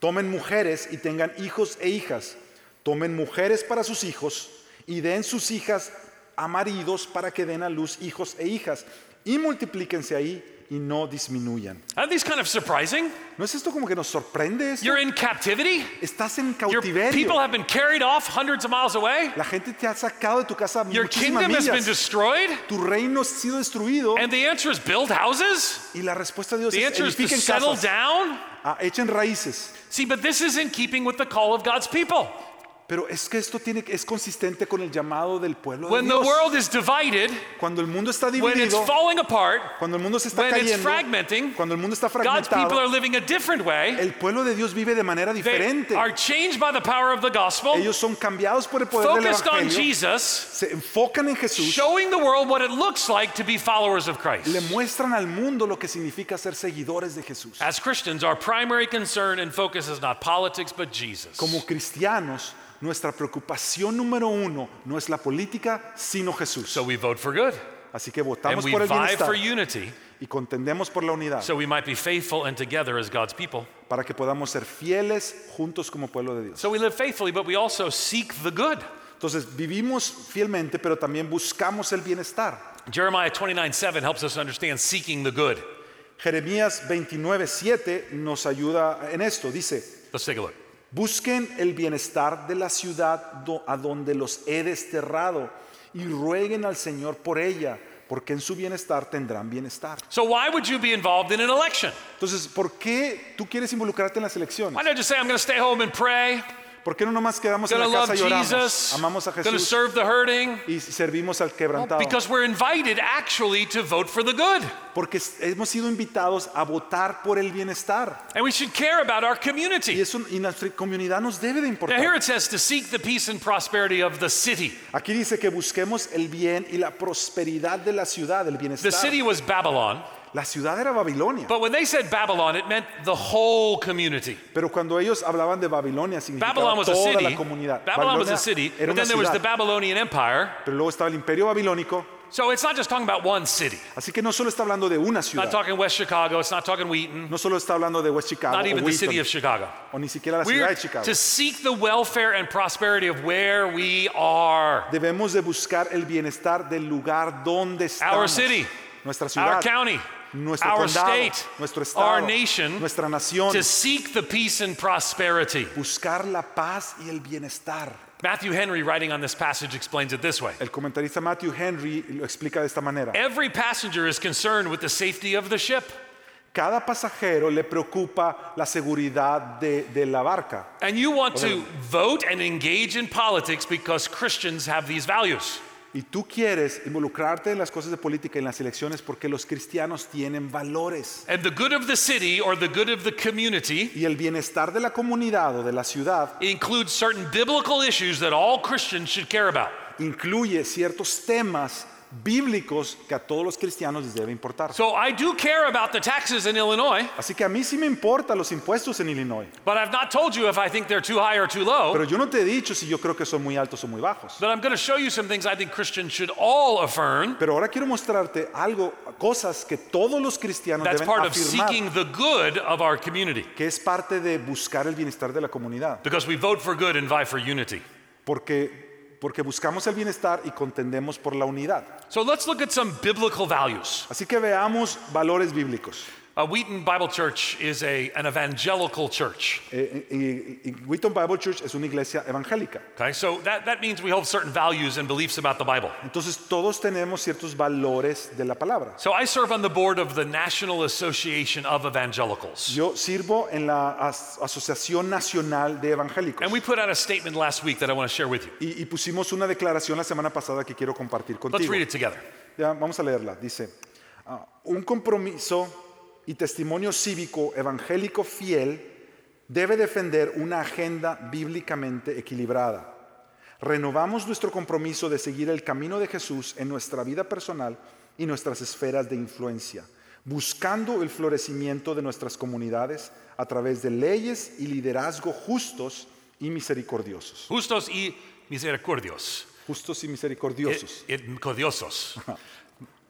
[SPEAKER 1] tomen mujeres y tengan hijos e hijas, tomen mujeres para sus hijos y den sus hijas a maridos para que den a luz hijos e hijas y multiplíquense ahí y no disminuyan.
[SPEAKER 2] Aren't these kind of surprising?
[SPEAKER 1] ¿No es esto como que nos sorprende? esto?
[SPEAKER 2] You're in captivity,
[SPEAKER 1] Estás en
[SPEAKER 2] your people
[SPEAKER 1] cautiverio.
[SPEAKER 2] have been carried off hundreds of miles away,
[SPEAKER 1] La gente te ha sacado de tu casa
[SPEAKER 2] your
[SPEAKER 1] muchísimas
[SPEAKER 2] kingdom has been
[SPEAKER 1] millas.
[SPEAKER 2] destroyed,
[SPEAKER 1] Tu reino ha sido destruido
[SPEAKER 2] and the answer is build houses?
[SPEAKER 1] y la respuesta de Dios
[SPEAKER 2] The
[SPEAKER 1] es
[SPEAKER 2] answer is to
[SPEAKER 1] edifiquen
[SPEAKER 2] settle
[SPEAKER 1] casas.
[SPEAKER 2] down?
[SPEAKER 1] Ah, echen raíces.
[SPEAKER 2] See, but this is in keeping with the call of God's people.
[SPEAKER 1] Pero es que esto tiene, que- es consistente con el llamado del pueblo de
[SPEAKER 2] When the
[SPEAKER 1] Dios.
[SPEAKER 2] world is divided,
[SPEAKER 1] cuando el mundo está
[SPEAKER 2] when it's
[SPEAKER 1] dividido,
[SPEAKER 2] falling apart,
[SPEAKER 1] cuando el mundo se está
[SPEAKER 2] when it's
[SPEAKER 1] cayendo,
[SPEAKER 2] fragmenting,
[SPEAKER 1] cuando el mundo está
[SPEAKER 2] God's people are
[SPEAKER 1] fragmentado,
[SPEAKER 2] living a different way.
[SPEAKER 1] el pueblo de Dios vive de manera
[SPEAKER 2] They
[SPEAKER 1] diferente.
[SPEAKER 2] are changed by the power of the gospel,
[SPEAKER 1] Ellos son cambiados por el poder del
[SPEAKER 2] focused on
[SPEAKER 1] evangelio.
[SPEAKER 2] Jesus,
[SPEAKER 1] Se enfocan en Jesús,
[SPEAKER 2] showing the world what it looks like to be followers of
[SPEAKER 1] le
[SPEAKER 2] Christ.
[SPEAKER 1] muestran al mundo lo que significa ser seguidores de Jesús.
[SPEAKER 2] As Christians, our primary concern and focus is not politics, but Jesus.
[SPEAKER 1] Como cristianos, nuestra preocupación número uno no es la política, sino Jesús.
[SPEAKER 2] So we vote for good,
[SPEAKER 1] Así que
[SPEAKER 2] and
[SPEAKER 1] votamos
[SPEAKER 2] we
[SPEAKER 1] por el
[SPEAKER 2] vie for
[SPEAKER 1] bienestar
[SPEAKER 2] unity,
[SPEAKER 1] y contendemos por la unidad.
[SPEAKER 2] so we might be faithful and together as God's people.
[SPEAKER 1] para que podamos ser fieles juntos como pueblo de Dios.
[SPEAKER 2] So we live faithfully, but we also seek the good.
[SPEAKER 1] Entonces, vivimos fielmente, pero también buscamos el bienestar.
[SPEAKER 2] Jeremiah 29 7 helps us understand seeking the good.
[SPEAKER 1] Jeremías 29:7 nos ayuda en esto. Dice,
[SPEAKER 2] Let's take a look.
[SPEAKER 1] busquen el bienestar de la ciudad do- a donde los he desterrado y rueguen al Señor por ella, porque en su bienestar tendrán bienestar.
[SPEAKER 2] So, why would you be involved in an election?
[SPEAKER 1] Entonces, ¿por qué tú quieres involucrarte en las
[SPEAKER 2] Why
[SPEAKER 1] elecciones?
[SPEAKER 2] not just say, I'm going to stay home and pray,
[SPEAKER 1] ¿Por qué no nomás quedamos en
[SPEAKER 2] going
[SPEAKER 1] la
[SPEAKER 2] to love
[SPEAKER 1] casa y oramos,
[SPEAKER 2] Jesus,
[SPEAKER 1] amamos a
[SPEAKER 2] going to
[SPEAKER 1] Jesús
[SPEAKER 2] serve the hurting?
[SPEAKER 1] y servimos al
[SPEAKER 2] Well,
[SPEAKER 1] quebrantado?
[SPEAKER 2] because we're invited actually to vote for the good.
[SPEAKER 1] Porque es- hemos sido invitados a votar por el bienestar.
[SPEAKER 2] And we should care about our
[SPEAKER 1] Y,
[SPEAKER 2] community.
[SPEAKER 1] eso, y nuestra comunidad nos debe de
[SPEAKER 2] Now, here
[SPEAKER 1] importar.
[SPEAKER 2] it says to seek the peace and prosperity of the city.
[SPEAKER 1] Aquí dice que busquemos el bien y la prosperidad de la ciudad, el
[SPEAKER 2] The
[SPEAKER 1] bienestar.
[SPEAKER 2] city was Babylon,
[SPEAKER 1] La ciudad era Babilonia.
[SPEAKER 2] but when they said Babylon, it meant the whole community.
[SPEAKER 1] Pero cuando ellos hablaban de Babilonia, significaba
[SPEAKER 2] Babylon was a
[SPEAKER 1] toda
[SPEAKER 2] city.
[SPEAKER 1] la comunidad.
[SPEAKER 2] Babylon was
[SPEAKER 1] Babilonia
[SPEAKER 2] a city,
[SPEAKER 1] era
[SPEAKER 2] but
[SPEAKER 1] una
[SPEAKER 2] then there was the
[SPEAKER 1] ciudad.
[SPEAKER 2] Babylonian Empire.
[SPEAKER 1] Pero luego estaba el imperio babilónico.
[SPEAKER 2] So it's not just talking about one city.
[SPEAKER 1] Así que no solo está hablando de una
[SPEAKER 2] Not
[SPEAKER 1] ciudad.
[SPEAKER 2] talking West Chicago. It's not talking Wheaton.
[SPEAKER 1] No solo está hablando de West Chicago
[SPEAKER 2] Not
[SPEAKER 1] o
[SPEAKER 2] even the city
[SPEAKER 1] Wheaton,
[SPEAKER 2] of Chicago.
[SPEAKER 1] o ni siquiera la ciudad
[SPEAKER 2] We're
[SPEAKER 1] de Chicago.
[SPEAKER 2] to seek the welfare and prosperity of where we are,
[SPEAKER 1] Debemos de buscar el bienestar del lugar donde estamos.
[SPEAKER 2] Our city.
[SPEAKER 1] nuestra ciudad.
[SPEAKER 2] our county,
[SPEAKER 1] nuestro
[SPEAKER 2] our
[SPEAKER 1] condado,
[SPEAKER 2] state,
[SPEAKER 1] nuestro estado,
[SPEAKER 2] our nation,
[SPEAKER 1] nuestra nación,
[SPEAKER 2] to seek the peace and prosperity.
[SPEAKER 1] buscar la paz y el bienestar.
[SPEAKER 2] Matthew Henry, writing on this passage, explains it this way
[SPEAKER 1] El comentarista Matthew Henry lo explica de esta manera.
[SPEAKER 2] Every passenger is concerned with the safety of the ship,
[SPEAKER 1] Cada pasajero le preocupa la seguridad de, de la barca.
[SPEAKER 2] and you want to vote and engage in politics because Christians have these values.
[SPEAKER 1] Y tú quieres involucrarte en las cosas de política, en las elecciones, porque los cristianos tienen valores.
[SPEAKER 2] And the good of the city or the good of the community
[SPEAKER 1] Y el bienestar de la comunidad o de la ciudad
[SPEAKER 2] includes certain biblical issues that all Christians should care about.
[SPEAKER 1] incluye ciertos temas bíblicos que a todos los cristianos les debe importar.
[SPEAKER 2] So I do care about the taxes in Illinois,
[SPEAKER 1] Así que a mí sí me importan los impuestos en Illinois,
[SPEAKER 2] but I've not told you if I think they're too high or too low.
[SPEAKER 1] pero yo no te he dicho si yo creo que son muy altos o muy bajos.
[SPEAKER 2] But I'm going to show you some things I think Christians should all affirm.
[SPEAKER 1] Pero ahora quiero mostrarte algo, cosas que todos los cristianos
[SPEAKER 2] That's
[SPEAKER 1] deben
[SPEAKER 2] part of
[SPEAKER 1] afirmar,
[SPEAKER 2] seeking the good of our community
[SPEAKER 1] que es parte de buscar el bienestar de la comunidad,
[SPEAKER 2] because we vote for good and vie for unity.
[SPEAKER 1] porque, porque buscamos el bienestar y contendemos por la unidad.
[SPEAKER 2] So let's look at some biblical values.
[SPEAKER 1] Así que veamos valores bíblicos.
[SPEAKER 2] Uh, Wheaton Bible Church is a, an evangelical church.
[SPEAKER 1] Eh, y- y- y Wheaton Bible Church es una iglesia evangélica,
[SPEAKER 2] Okay, so that, that means we hold certain values and beliefs about the Bible.
[SPEAKER 1] entonces todos tenemos ciertos valores de la palabra.
[SPEAKER 2] So I serve on the board of the National Association of Evangelicals.
[SPEAKER 1] Yo sirvo en la As- Asociación Nacional de Evangélicos
[SPEAKER 2] And we put out a statement last week that I want to share with you.
[SPEAKER 1] y, y pusimos una declaración la semana pasada que quiero compartir
[SPEAKER 2] Let's
[SPEAKER 1] contigo.
[SPEAKER 2] read it together.
[SPEAKER 1] Ya, vamos a leerla. Dice, ah, un compromiso y testimonio cívico evangélico fiel debe defender una agenda bíblicamente equilibrada. Renovamos nuestro compromiso de seguir el camino de Jesús en nuestra vida personal y nuestras esferas de influencia, buscando el florecimiento de nuestras comunidades a través de leyes y liderazgo justos y misericordiosos.
[SPEAKER 2] Justos y misericordios.
[SPEAKER 1] Justos y
[SPEAKER 2] It,
[SPEAKER 1] misericordiosos.
[SPEAKER 2] it, codiosos.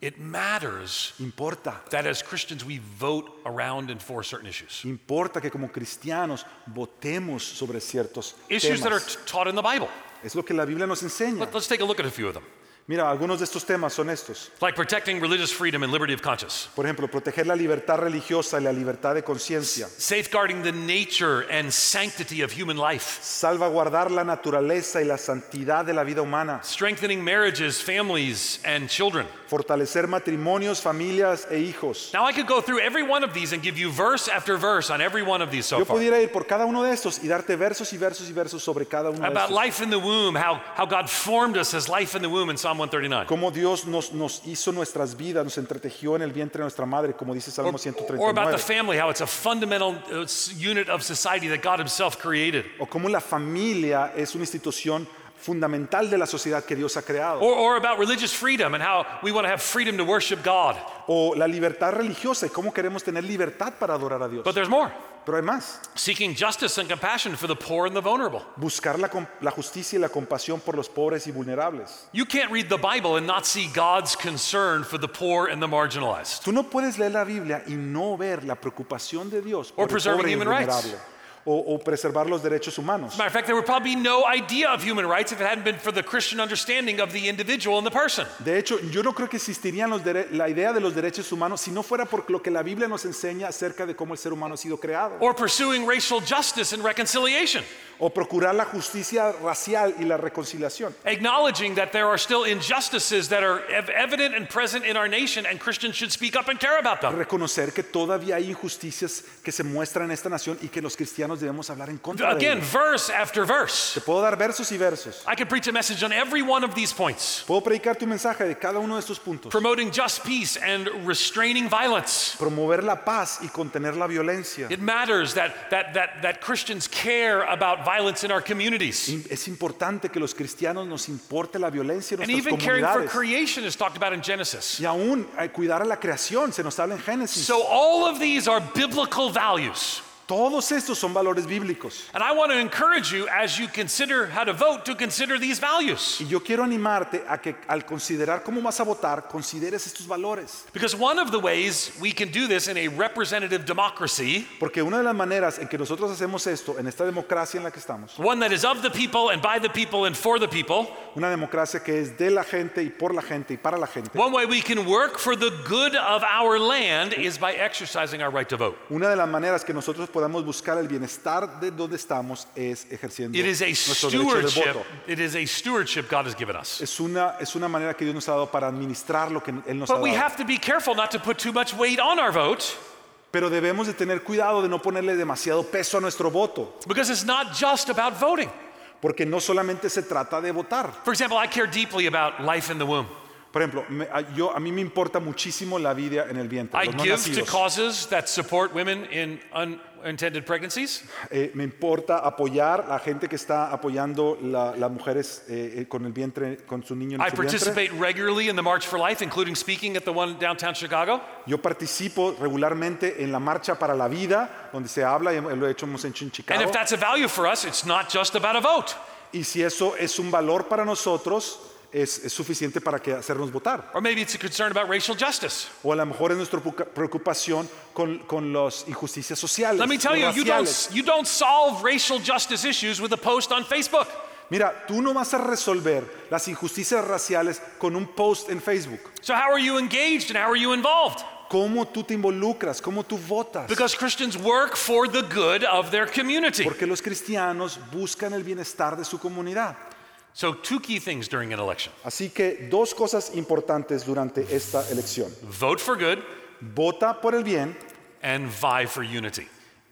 [SPEAKER 2] it matters
[SPEAKER 1] Importa.
[SPEAKER 2] that as Christians we vote around and for certain issues.
[SPEAKER 1] Importa que como cristianos votemos sobre ciertos
[SPEAKER 2] Issues that are
[SPEAKER 1] temas.
[SPEAKER 2] t- taught in the Bible.
[SPEAKER 1] Es lo que la Biblia nos enseña.
[SPEAKER 2] Let, us take a look at a few of them.
[SPEAKER 1] Mira, algunos de estos temas son estos.
[SPEAKER 2] Like protecting religious freedom and liberty of conscience,
[SPEAKER 1] Por ejemplo, proteger la libertad religiosa y la libertad de conciencia,
[SPEAKER 2] safeguarding the nature and sanctity of human life,
[SPEAKER 1] salvaguardar la naturaleza y la santidad de la vida humana,
[SPEAKER 2] strengthening marriages, families, and children.
[SPEAKER 1] fortalecer matrimonios, familias e hijos.
[SPEAKER 2] Now I could go through every one of these and give you verse after verse on every one of these so
[SPEAKER 1] Yo
[SPEAKER 2] far.
[SPEAKER 1] pudiera ir por cada uno de estos y darte versos y versos y versos sobre cada uno de
[SPEAKER 2] About
[SPEAKER 1] estos.
[SPEAKER 2] life in the womb, how, how God formed us as life in the womb in Psalm 139.
[SPEAKER 1] Cómo Dios nos, nos hizo nuestras vidas, nos entretejió en el vientre de nuestra madre, como dice Salmo
[SPEAKER 2] Or about
[SPEAKER 1] 139.
[SPEAKER 2] the family, how it's a fundamental uh, s- unit of society that God Himself created.
[SPEAKER 1] o cómo la familia es una institución fundamental de la sociedad que Dios ha creado,
[SPEAKER 2] Or, or about religious freedom and how we want to have freedom to worship God.
[SPEAKER 1] o la libertad religiosa y cómo queremos tener libertad para adorar a Dios.
[SPEAKER 2] But there's more
[SPEAKER 1] Pero hay más,
[SPEAKER 2] seeking justice and compassion for the poor and the vulnerable.
[SPEAKER 1] buscar la, com- la justicia y la compasión por los pobres y vulnerables.
[SPEAKER 2] You can't read the Bible and not see God's concern for the poor and the marginalized.
[SPEAKER 1] Tú no puedes leer la Biblia y no ver la preocupación de Dios por el
[SPEAKER 2] preserving
[SPEAKER 1] pobre y el
[SPEAKER 2] human rights.
[SPEAKER 1] vulnerable, o, o preservar los derechos humanos.
[SPEAKER 2] As a matter of fact, there would probably be no idea of human rights if it hadn't been for the Christian understanding of the individual and the person.
[SPEAKER 1] De hecho, yo no creo que existirían los dere- la idea de los derechos humanos si no fuera por lo que la Biblia nos enseña acerca de cómo el ser humano ha sido creado.
[SPEAKER 2] Or pursuing racial justice and reconciliation,
[SPEAKER 1] o procurar la justicia racial y la reconciliación.
[SPEAKER 2] acknowledging that there are still injustices that are ev- evident and present in our nation, and Christians should speak up and care about them.
[SPEAKER 1] Reconocer que todavía hay injusticias que se muestran en esta nación y que los cristianos debemos hablar en contra de
[SPEAKER 2] Again,
[SPEAKER 1] ellas.
[SPEAKER 2] verse after verse.
[SPEAKER 1] Te puedo dar versos y versos.
[SPEAKER 2] I could preach a message on every one of these points
[SPEAKER 1] Puedo predicarte un mensaje de cada uno de estos puntos.
[SPEAKER 2] promoting just peace and restraining violence.
[SPEAKER 1] Promover la paz y contener la violencia.
[SPEAKER 2] It matters that, that, that, that Christians care about violence in our communities.
[SPEAKER 1] In- Es importante que los cristianos nos importe la violencia en
[SPEAKER 2] And
[SPEAKER 1] nuestras
[SPEAKER 2] even caring for
[SPEAKER 1] comunidades.
[SPEAKER 2] creation is talked about in Genesis.
[SPEAKER 1] Y aún eh, cuidar a la creación, se nos habla en Génesis.
[SPEAKER 2] So, all of these are biblical values.
[SPEAKER 1] Todos estos son valores bíblicos.
[SPEAKER 2] And I want to encourage you as you consider how to vote to consider these values.
[SPEAKER 1] Y yo quiero animarte a que al considerar cómo vas a votar, consideres estos valores.
[SPEAKER 2] Because one of the ways we can do this in a representative democracy,
[SPEAKER 1] Porque una de las maneras en que nosotros hacemos esto, en esta democracia en la que estamos,
[SPEAKER 2] one that is of the people and by the people and for the people,
[SPEAKER 1] Una democracia que es de la gente y por la gente y para la gente.
[SPEAKER 2] One way we can work for the good of our land is by exercising our right to vote.
[SPEAKER 1] Una de las maneras que nosotros podamos buscar el bienestar de donde estamos es ejerciendo
[SPEAKER 2] It is a
[SPEAKER 1] nuestro derecho de
[SPEAKER 2] stewardship.
[SPEAKER 1] voto.
[SPEAKER 2] It is a stewardship God has given us.
[SPEAKER 1] Es una, es una manera que Dios nos ha dado para administrar lo que Él nos ha
[SPEAKER 2] But we
[SPEAKER 1] dado.
[SPEAKER 2] have to be careful not to put too much weight on our vote
[SPEAKER 1] Pero debemos de tener cuidado de no ponerle demasiado peso a nuestro voto,
[SPEAKER 2] because it's not just about voting.
[SPEAKER 1] porque no solamente se trata de votar.
[SPEAKER 2] For example, I care deeply about life in the womb.
[SPEAKER 1] Por ejemplo, me- a, yo, a mí me importa muchísimo la vida en el vientre,
[SPEAKER 2] I
[SPEAKER 1] los no
[SPEAKER 2] give to
[SPEAKER 1] nacidos.
[SPEAKER 2] causes that support women in unintended pregnancies.
[SPEAKER 1] Eh, me importa apoyar a gente que está apoyando la- las mujeres eh, eh, con el vientre, con su niño en
[SPEAKER 2] I
[SPEAKER 1] su vientre.
[SPEAKER 2] participate regularly in the March for Life, including speaking at the one downtown Chicago.
[SPEAKER 1] Yo participo regularmente en la marcha para la vida, donde se habla, y lo hemos hecho en
[SPEAKER 2] And
[SPEAKER 1] Chicago.
[SPEAKER 2] if that's a value for us, it's not just about a vote.
[SPEAKER 1] Y si eso es un valor para nosotros, es, es suficiente para que hacernos votar.
[SPEAKER 2] Or maybe it's a concern about racial justice.
[SPEAKER 1] O a lo mejor es nuestra preocupa- preocupación con, con las injusticias sociales.
[SPEAKER 2] Let me tell you,
[SPEAKER 1] las
[SPEAKER 2] you don't,
[SPEAKER 1] raciales.
[SPEAKER 2] you don't solve racial justice issues with a post on Facebook.
[SPEAKER 1] Mira, tú no vas a resolver las injusticias raciales con un post en Facebook.
[SPEAKER 2] So, how are you engaged and how are you involved?
[SPEAKER 1] ¿Cómo tú te involucras? ¿Cómo tú votas?
[SPEAKER 2] Because Christians work for the good of their community.
[SPEAKER 1] Porque los cristianos buscan el bienestar de su comunidad.
[SPEAKER 2] So, two key things during an election
[SPEAKER 1] Así que dos cosas importantes durante esta elección.
[SPEAKER 2] vote for good
[SPEAKER 1] Vota por el bien
[SPEAKER 2] and vie for unity.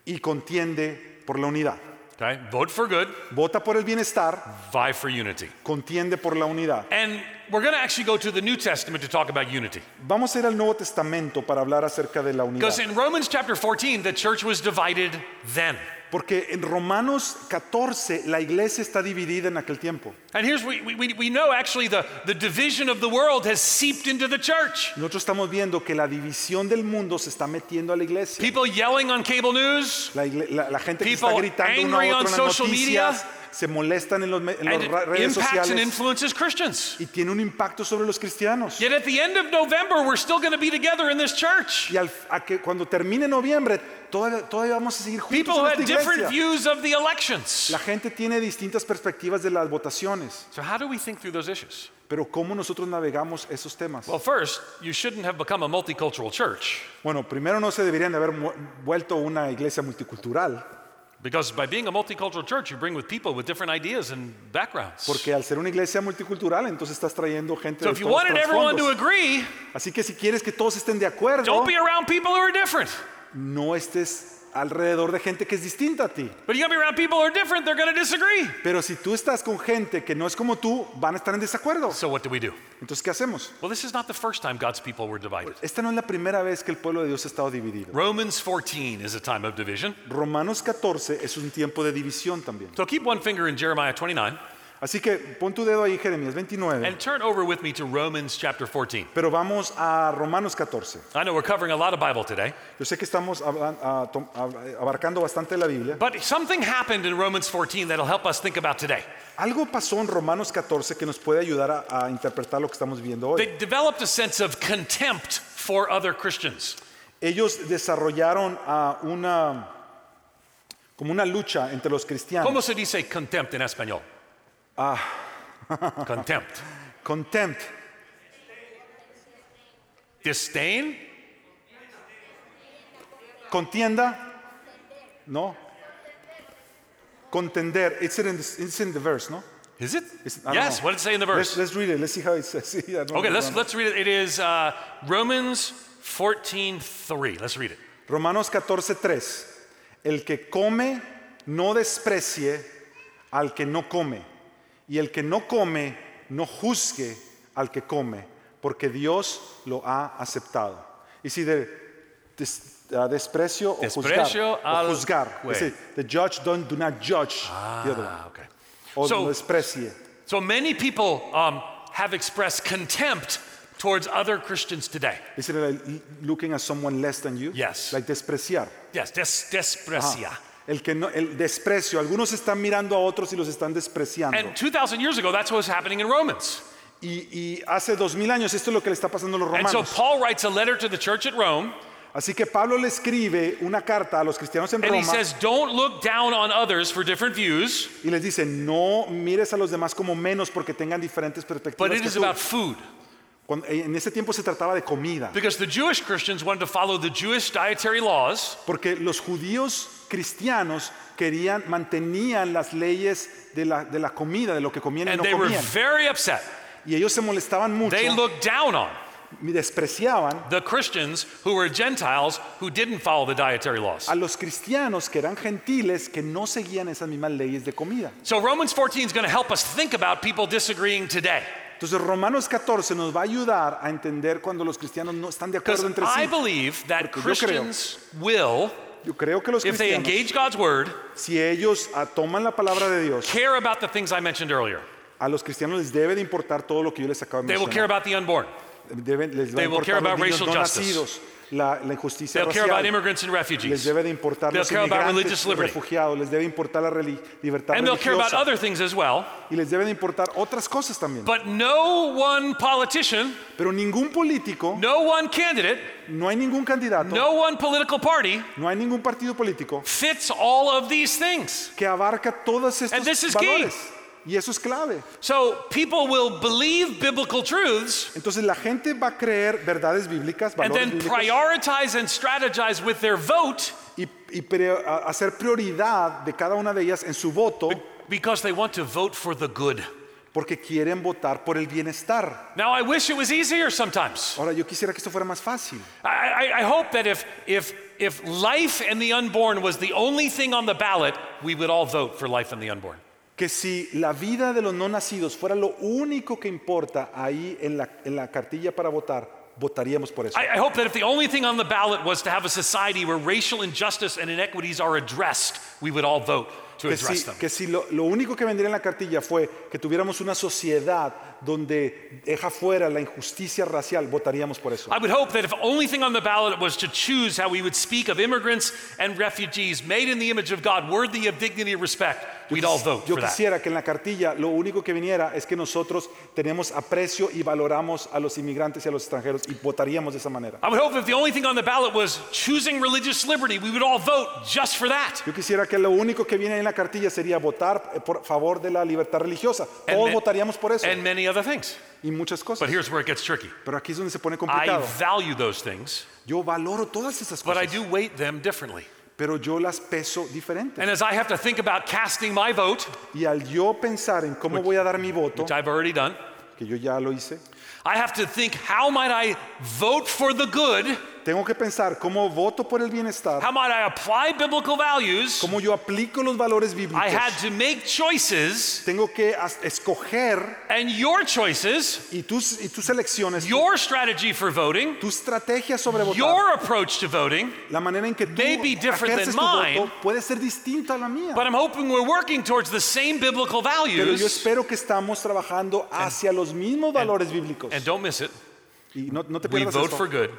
[SPEAKER 1] y contiende por la unidad.
[SPEAKER 2] Okay? Vote for good,
[SPEAKER 1] Vota por el bienestar,
[SPEAKER 2] vie for unity.
[SPEAKER 1] contiende por la unidad.
[SPEAKER 2] And we're going to actually go to the New Testament to talk about unity.
[SPEAKER 1] Vamos a ir al Nuevo Testamento para hablar acerca de la unidad.
[SPEAKER 2] Because in Romans chapter 14, the church was divided then.
[SPEAKER 1] Porque en Romanos 14 la iglesia está dividida en aquel tiempo.
[SPEAKER 2] And here's we, we, we know actually the, the division of the world has seeped into the church.
[SPEAKER 1] Nosotros estamos viendo que la división del mundo se está metiendo a la iglesia.
[SPEAKER 2] People yelling on cable news,
[SPEAKER 1] La, igle- la- la gente que está
[SPEAKER 2] People
[SPEAKER 1] gritando uno
[SPEAKER 2] angry
[SPEAKER 1] a
[SPEAKER 2] on
[SPEAKER 1] otro en las
[SPEAKER 2] social
[SPEAKER 1] noticias, se molestan en, los me- en
[SPEAKER 2] and
[SPEAKER 1] las ra-
[SPEAKER 2] it
[SPEAKER 1] redes
[SPEAKER 2] impacts and
[SPEAKER 1] sociales
[SPEAKER 2] influences Christians.
[SPEAKER 1] y tiene un impacto sobre los cristianos.
[SPEAKER 2] Yet at the end of November, we're still going to be together in this church.
[SPEAKER 1] Y al- a que cuando termine noviembre, todavía, todavía vamos a seguir juntos
[SPEAKER 2] People who
[SPEAKER 1] en
[SPEAKER 2] had
[SPEAKER 1] esta
[SPEAKER 2] different
[SPEAKER 1] iglesia.
[SPEAKER 2] views of the elections.
[SPEAKER 1] La gente tiene distintas perspectivas de las votaciones,
[SPEAKER 2] So, how do we think through those issues?
[SPEAKER 1] pero ¿cómo nosotros navegamos esos temas?
[SPEAKER 2] Well, first, you shouldn't have become a multicultural church
[SPEAKER 1] Bueno, primero no se deberían de haber mu- vuelto una iglesia multicultural,
[SPEAKER 2] because by being a multicultural church, you bring with people with different ideas and backgrounds.
[SPEAKER 1] porque al ser una iglesia multicultural, entonces estás trayendo gente de
[SPEAKER 2] So, if you
[SPEAKER 1] todos
[SPEAKER 2] wanted everyone to
[SPEAKER 1] trasfondos.
[SPEAKER 2] agree,
[SPEAKER 1] Así que si quieres que todos estén de acuerdo,
[SPEAKER 2] don't be around people who are different.
[SPEAKER 1] no estés alrededor de gente que es distinta a ti.
[SPEAKER 2] But you're going to be around people who are different, they're going to disagree.
[SPEAKER 1] Pero si tú estás con gente que no es como tú, van a estar en desacuerdo.
[SPEAKER 2] So, what do we do?
[SPEAKER 1] Entonces, ¿qué hacemos?
[SPEAKER 2] Well, this is not the first time God's people were divided.
[SPEAKER 1] Esta no es la primera vez que el pueblo de Dios ha estado dividido.
[SPEAKER 2] Romans 14 is a time of division.
[SPEAKER 1] Romanos 14 es un tiempo de división también.
[SPEAKER 2] So keep one finger in Jeremiah 29
[SPEAKER 1] Así que pon tu dedo ahí en Jeremías 29,
[SPEAKER 2] and turn over with me to Romans chapter 14.
[SPEAKER 1] pero vamos a Romanos 14.
[SPEAKER 2] I know we're covering a lot of Bible today,
[SPEAKER 1] Yo sé que estamos hablan- ah, tom- ab- abarcando bastante la Biblia.
[SPEAKER 2] but something happened in Romans 14 that'll help us think about today.
[SPEAKER 1] Algo pasó en Romanos 14 que nos puede ayudar a, a interpretar lo que estamos viendo hoy.
[SPEAKER 2] They developed a sense of contempt for other Christians.
[SPEAKER 1] Ellos desarrollaron ah, una como una lucha entre los
[SPEAKER 2] ¿Cómo
[SPEAKER 1] cristianos.
[SPEAKER 2] se dice contempt en español? Ah. contempt.
[SPEAKER 1] Contempt,
[SPEAKER 2] Disdain?
[SPEAKER 1] contienda, ¿no? Contender. It's in, the- it's in the verse, ¿no?
[SPEAKER 2] Is it?
[SPEAKER 1] It's- I don't
[SPEAKER 2] yes,
[SPEAKER 1] know.
[SPEAKER 2] what did it say in the
[SPEAKER 1] Let's,
[SPEAKER 2] verse?
[SPEAKER 1] ah, let's read it. Let's see how it says. Yeah, I don't
[SPEAKER 2] Okay, let's,
[SPEAKER 1] remember.
[SPEAKER 2] let's read it. It is uh, Romans 14 3. Let's read it.
[SPEAKER 1] Romanos 14:3. El que come no desprecie al que no come, y el que no come no juzgue al que come, porque Dios lo ha aceptado. Y si de des- ah, desprecio o
[SPEAKER 2] Desprecio
[SPEAKER 1] juzgar,
[SPEAKER 2] al
[SPEAKER 1] o juzgar.
[SPEAKER 2] que.
[SPEAKER 1] Es decir, the judge don't do not judge the other one.
[SPEAKER 2] Ah, okay.
[SPEAKER 1] o
[SPEAKER 2] So-
[SPEAKER 1] no desprecie.
[SPEAKER 2] So many people um, have expressed contempt towards other Christians today.
[SPEAKER 1] Is it like looking at someone less than you?
[SPEAKER 2] Yes.
[SPEAKER 1] Like despreciar.
[SPEAKER 2] Yes, des- desprecia.
[SPEAKER 1] Ah, El que no, el desprecio. Algunos están mirando a otros y los están despreciando.
[SPEAKER 2] And 2,000 years ago, that's what was happening in Romans.
[SPEAKER 1] Y, y hace dos mil años esto es lo que le está pasando a los
[SPEAKER 2] And so
[SPEAKER 1] romanos.
[SPEAKER 2] Paul writes a letter to the church at Rome
[SPEAKER 1] Así que Pablo le escribe una carta a los cristianos en
[SPEAKER 2] And he
[SPEAKER 1] Roma
[SPEAKER 2] says, Don't look down on others for different views,
[SPEAKER 1] y les dice, no mires a los demás como menos porque tengan diferentes
[SPEAKER 2] but
[SPEAKER 1] perspectivas.
[SPEAKER 2] it
[SPEAKER 1] que
[SPEAKER 2] is
[SPEAKER 1] tú".
[SPEAKER 2] about food.
[SPEAKER 1] Cuando- eh, en ese tiempo se trataba de comida,
[SPEAKER 2] Because the Jewish Christians wanted to follow the Jewish dietary laws,
[SPEAKER 1] porque los judíos cristianos querían, mantenían las leyes de la, de la comida, de lo que comían y
[SPEAKER 2] and
[SPEAKER 1] no
[SPEAKER 2] they were
[SPEAKER 1] comían.
[SPEAKER 2] very upset.
[SPEAKER 1] Y ellos se molestaban mucho,
[SPEAKER 2] They looked down on
[SPEAKER 1] despreciaban
[SPEAKER 2] the Christians who were Gentiles who didn't follow the dietary laws.
[SPEAKER 1] a los cristianos que eran gentiles que no seguían esas mismas leyes de comida.
[SPEAKER 2] So Romans 14 is going to help us think about people disagreeing today.
[SPEAKER 1] Entonces Romanos 14 nos va a ayudar a entender cuando los cristianos no están de
[SPEAKER 2] Because
[SPEAKER 1] acuerdo entre
[SPEAKER 2] I
[SPEAKER 1] sí.
[SPEAKER 2] believe that
[SPEAKER 1] Porque yo creo-
[SPEAKER 2] Christians will,
[SPEAKER 1] Yo creo que los
[SPEAKER 2] if they
[SPEAKER 1] cristianos,
[SPEAKER 2] engage God's word,
[SPEAKER 1] si ellos ah, toman la palabra de Dios,
[SPEAKER 2] care about the things I mentioned earlier.
[SPEAKER 1] a los cristianos les debe de importar todo lo que yo les acabo de
[SPEAKER 2] They will care
[SPEAKER 1] mencionar.
[SPEAKER 2] about the unborn.
[SPEAKER 1] Deben- les va a
[SPEAKER 2] they will care
[SPEAKER 1] importar los
[SPEAKER 2] about
[SPEAKER 1] niños
[SPEAKER 2] racial
[SPEAKER 1] no
[SPEAKER 2] justice.
[SPEAKER 1] nacidos, la, la injusticia
[SPEAKER 2] They'll care about
[SPEAKER 1] racial.
[SPEAKER 2] immigrants and
[SPEAKER 1] Les
[SPEAKER 2] refugees.
[SPEAKER 1] debe de importar
[SPEAKER 2] They'll
[SPEAKER 1] los
[SPEAKER 2] care about
[SPEAKER 1] inmigrantes,
[SPEAKER 2] religious
[SPEAKER 1] los
[SPEAKER 2] liberty.
[SPEAKER 1] refugiados, les debe importar la reli- libertad
[SPEAKER 2] And they'll care about
[SPEAKER 1] religiosa
[SPEAKER 2] other things as well.
[SPEAKER 1] y les deben de importar otras cosas también.
[SPEAKER 2] But no one politician,
[SPEAKER 1] Pero ningún político,
[SPEAKER 2] no one candidate,
[SPEAKER 1] no hay ningún candidato,
[SPEAKER 2] no one political party
[SPEAKER 1] no hay ningún partido político
[SPEAKER 2] fits all of these things.
[SPEAKER 1] que abarca todos
[SPEAKER 2] And this
[SPEAKER 1] estos
[SPEAKER 2] is key.
[SPEAKER 1] valores. Y eso es clave.
[SPEAKER 2] So people will believe biblical truths
[SPEAKER 1] Entonces la gente va a creer verdades bíblicas,
[SPEAKER 2] and
[SPEAKER 1] valores
[SPEAKER 2] then
[SPEAKER 1] bíblicos
[SPEAKER 2] prioritize and strategize with their vote
[SPEAKER 1] y, y pre- a- hacer prioridad de cada una de ellas en su voto
[SPEAKER 2] because they want to vote for the good.
[SPEAKER 1] porque quieren votar por el bienestar.
[SPEAKER 2] Now, I wish it was easier sometimes.
[SPEAKER 1] Ahora yo quisiera que esto fuera más fácil.
[SPEAKER 2] I, I, I hope that if, if, if life and the unborn was the only thing on the ballot, we would all vote for life and the unborn.
[SPEAKER 1] Que si la vida de los no nacidos fuera lo único que importa ahí en la, en la cartilla para votar, votaríamos por eso.
[SPEAKER 2] I, I hope that if the only thing on the ballot was to have a society where racial injustice and inequities are addressed, we would all vote to
[SPEAKER 1] Que
[SPEAKER 2] address
[SPEAKER 1] si,
[SPEAKER 2] them.
[SPEAKER 1] que si lo, lo único que vendría en la cartilla fue que tuviéramos una sociedad donde deja fuera la injusticia racial, votaríamos por eso.
[SPEAKER 2] I would hope that if only thing on the ballot was to choose how we would speak of immigrants and refugees made in the image of God, worthy of dignity and respect, we'd all vote
[SPEAKER 1] Yo
[SPEAKER 2] for that.
[SPEAKER 1] quisiera que en la cartilla lo único que viniera es que nosotros tenemos aprecio y valoramos a los inmigrantes y a los extranjeros y votaríamos de esa manera.
[SPEAKER 2] I would hope if the only thing on the ballot was choosing religious liberty, we would all vote just for that.
[SPEAKER 1] Yo quisiera que lo único que viene en la cartilla sería votar eh, por favor de la libertad religiosa.
[SPEAKER 2] And
[SPEAKER 1] Todos
[SPEAKER 2] ma-
[SPEAKER 1] votaríamos por eso
[SPEAKER 2] And many other things.
[SPEAKER 1] y muchas
[SPEAKER 2] But
[SPEAKER 1] cosas.
[SPEAKER 2] here's where it gets tricky.
[SPEAKER 1] Pero aquí es donde se pone
[SPEAKER 2] I
[SPEAKER 1] complicado.
[SPEAKER 2] value those things,
[SPEAKER 1] Yo valoro todas esas
[SPEAKER 2] but I
[SPEAKER 1] cosas,
[SPEAKER 2] do weight them differently.
[SPEAKER 1] pero yo las peso diferente.
[SPEAKER 2] And as I have to think about casting my vote,
[SPEAKER 1] Y al yo pensar en cómo voy a dar mi voto,
[SPEAKER 2] which I've already done,
[SPEAKER 1] que yo ya lo hice,
[SPEAKER 2] I have to think how might I vote for the good?
[SPEAKER 1] tengo que pensar cómo voto por el bienestar,
[SPEAKER 2] How might I apply biblical values?
[SPEAKER 1] cómo yo aplico los valores
[SPEAKER 2] I had
[SPEAKER 1] bíblicos.
[SPEAKER 2] to make choices,
[SPEAKER 1] Tengo que as- escoger
[SPEAKER 2] and your choices,
[SPEAKER 1] Y tus, y tus elecciones,
[SPEAKER 2] your strategy for voting,
[SPEAKER 1] tu estrategia sobre votar,
[SPEAKER 2] your approach to voting,
[SPEAKER 1] la manera en que tú
[SPEAKER 2] may be different
[SPEAKER 1] ejerces tu
[SPEAKER 2] than mine,
[SPEAKER 1] voto puede ser distinta a la mía.
[SPEAKER 2] but I'm hoping we're working towards the same biblical
[SPEAKER 1] Pero yo
[SPEAKER 2] values.
[SPEAKER 1] espero que estamos trabajando hacia los mismos valores bíblicos.
[SPEAKER 2] And don't miss it,
[SPEAKER 1] y no, no te
[SPEAKER 2] we
[SPEAKER 1] pierdas
[SPEAKER 2] vote
[SPEAKER 1] esto.
[SPEAKER 2] for good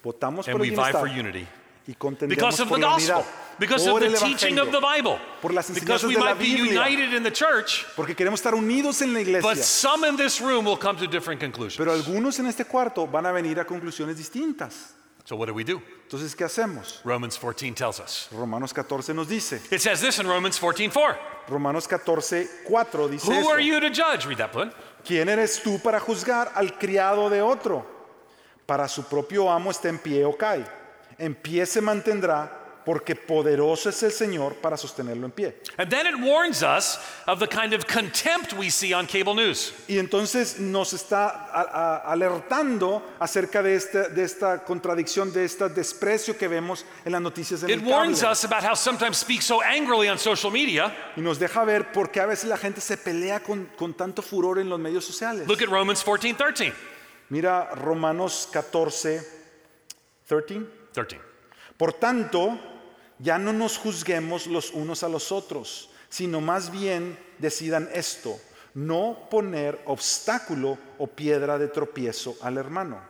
[SPEAKER 1] Votamos
[SPEAKER 2] and
[SPEAKER 1] por el
[SPEAKER 2] we vie for
[SPEAKER 1] bienestar
[SPEAKER 2] unity
[SPEAKER 1] y contendemos
[SPEAKER 2] because of
[SPEAKER 1] por
[SPEAKER 2] the
[SPEAKER 1] la
[SPEAKER 2] gospel,
[SPEAKER 1] unidad,
[SPEAKER 2] because of
[SPEAKER 1] por
[SPEAKER 2] the
[SPEAKER 1] el
[SPEAKER 2] teaching of
[SPEAKER 1] evangelio,
[SPEAKER 2] the Bible,
[SPEAKER 1] por las
[SPEAKER 2] because
[SPEAKER 1] enseñanzas
[SPEAKER 2] we
[SPEAKER 1] de la
[SPEAKER 2] might be
[SPEAKER 1] Biblia.
[SPEAKER 2] united in the church.
[SPEAKER 1] porque queremos estar unidos en la iglesia.
[SPEAKER 2] But some in this room will come to different conclusions.
[SPEAKER 1] pero algunos en este cuarto van a venir a conclusiones distintas.
[SPEAKER 2] so what do we do?
[SPEAKER 1] Entonces, ¿qué hacemos?
[SPEAKER 2] Romans 14 tells us.
[SPEAKER 1] Romanos 14 nos dice,
[SPEAKER 2] It says this in Romans 14:4.
[SPEAKER 1] Romanos 14, 4 dice
[SPEAKER 2] Who
[SPEAKER 1] esto.
[SPEAKER 2] are you to judge? Read that, Blin.
[SPEAKER 1] ¿Quién eres tú para juzgar al criado de otro? Para su propio amo está en pie o cae. En pie se mantendrá porque poderoso es el Señor para sostenerlo en pie.
[SPEAKER 2] And then it warns us of the kind of contempt we see on cable news.
[SPEAKER 1] Y entonces nos está a- a- alertando acerca de esta, de esta contradicción, de este desprecio que vemos en las noticias en
[SPEAKER 2] It
[SPEAKER 1] el cable.
[SPEAKER 2] warns us about how sometimes speak so angrily on social media.
[SPEAKER 1] Y nos deja ver por qué a veces la gente se pelea con, con tanto furor en los medios sociales.
[SPEAKER 2] Look at Romans 14:13.
[SPEAKER 1] Mira Romanos 14, 13.
[SPEAKER 2] 13.
[SPEAKER 1] Por tanto, ya no nos juzguemos los unos a los otros, sino más bien decidan esto, no poner obstáculo o piedra de tropiezo al hermano.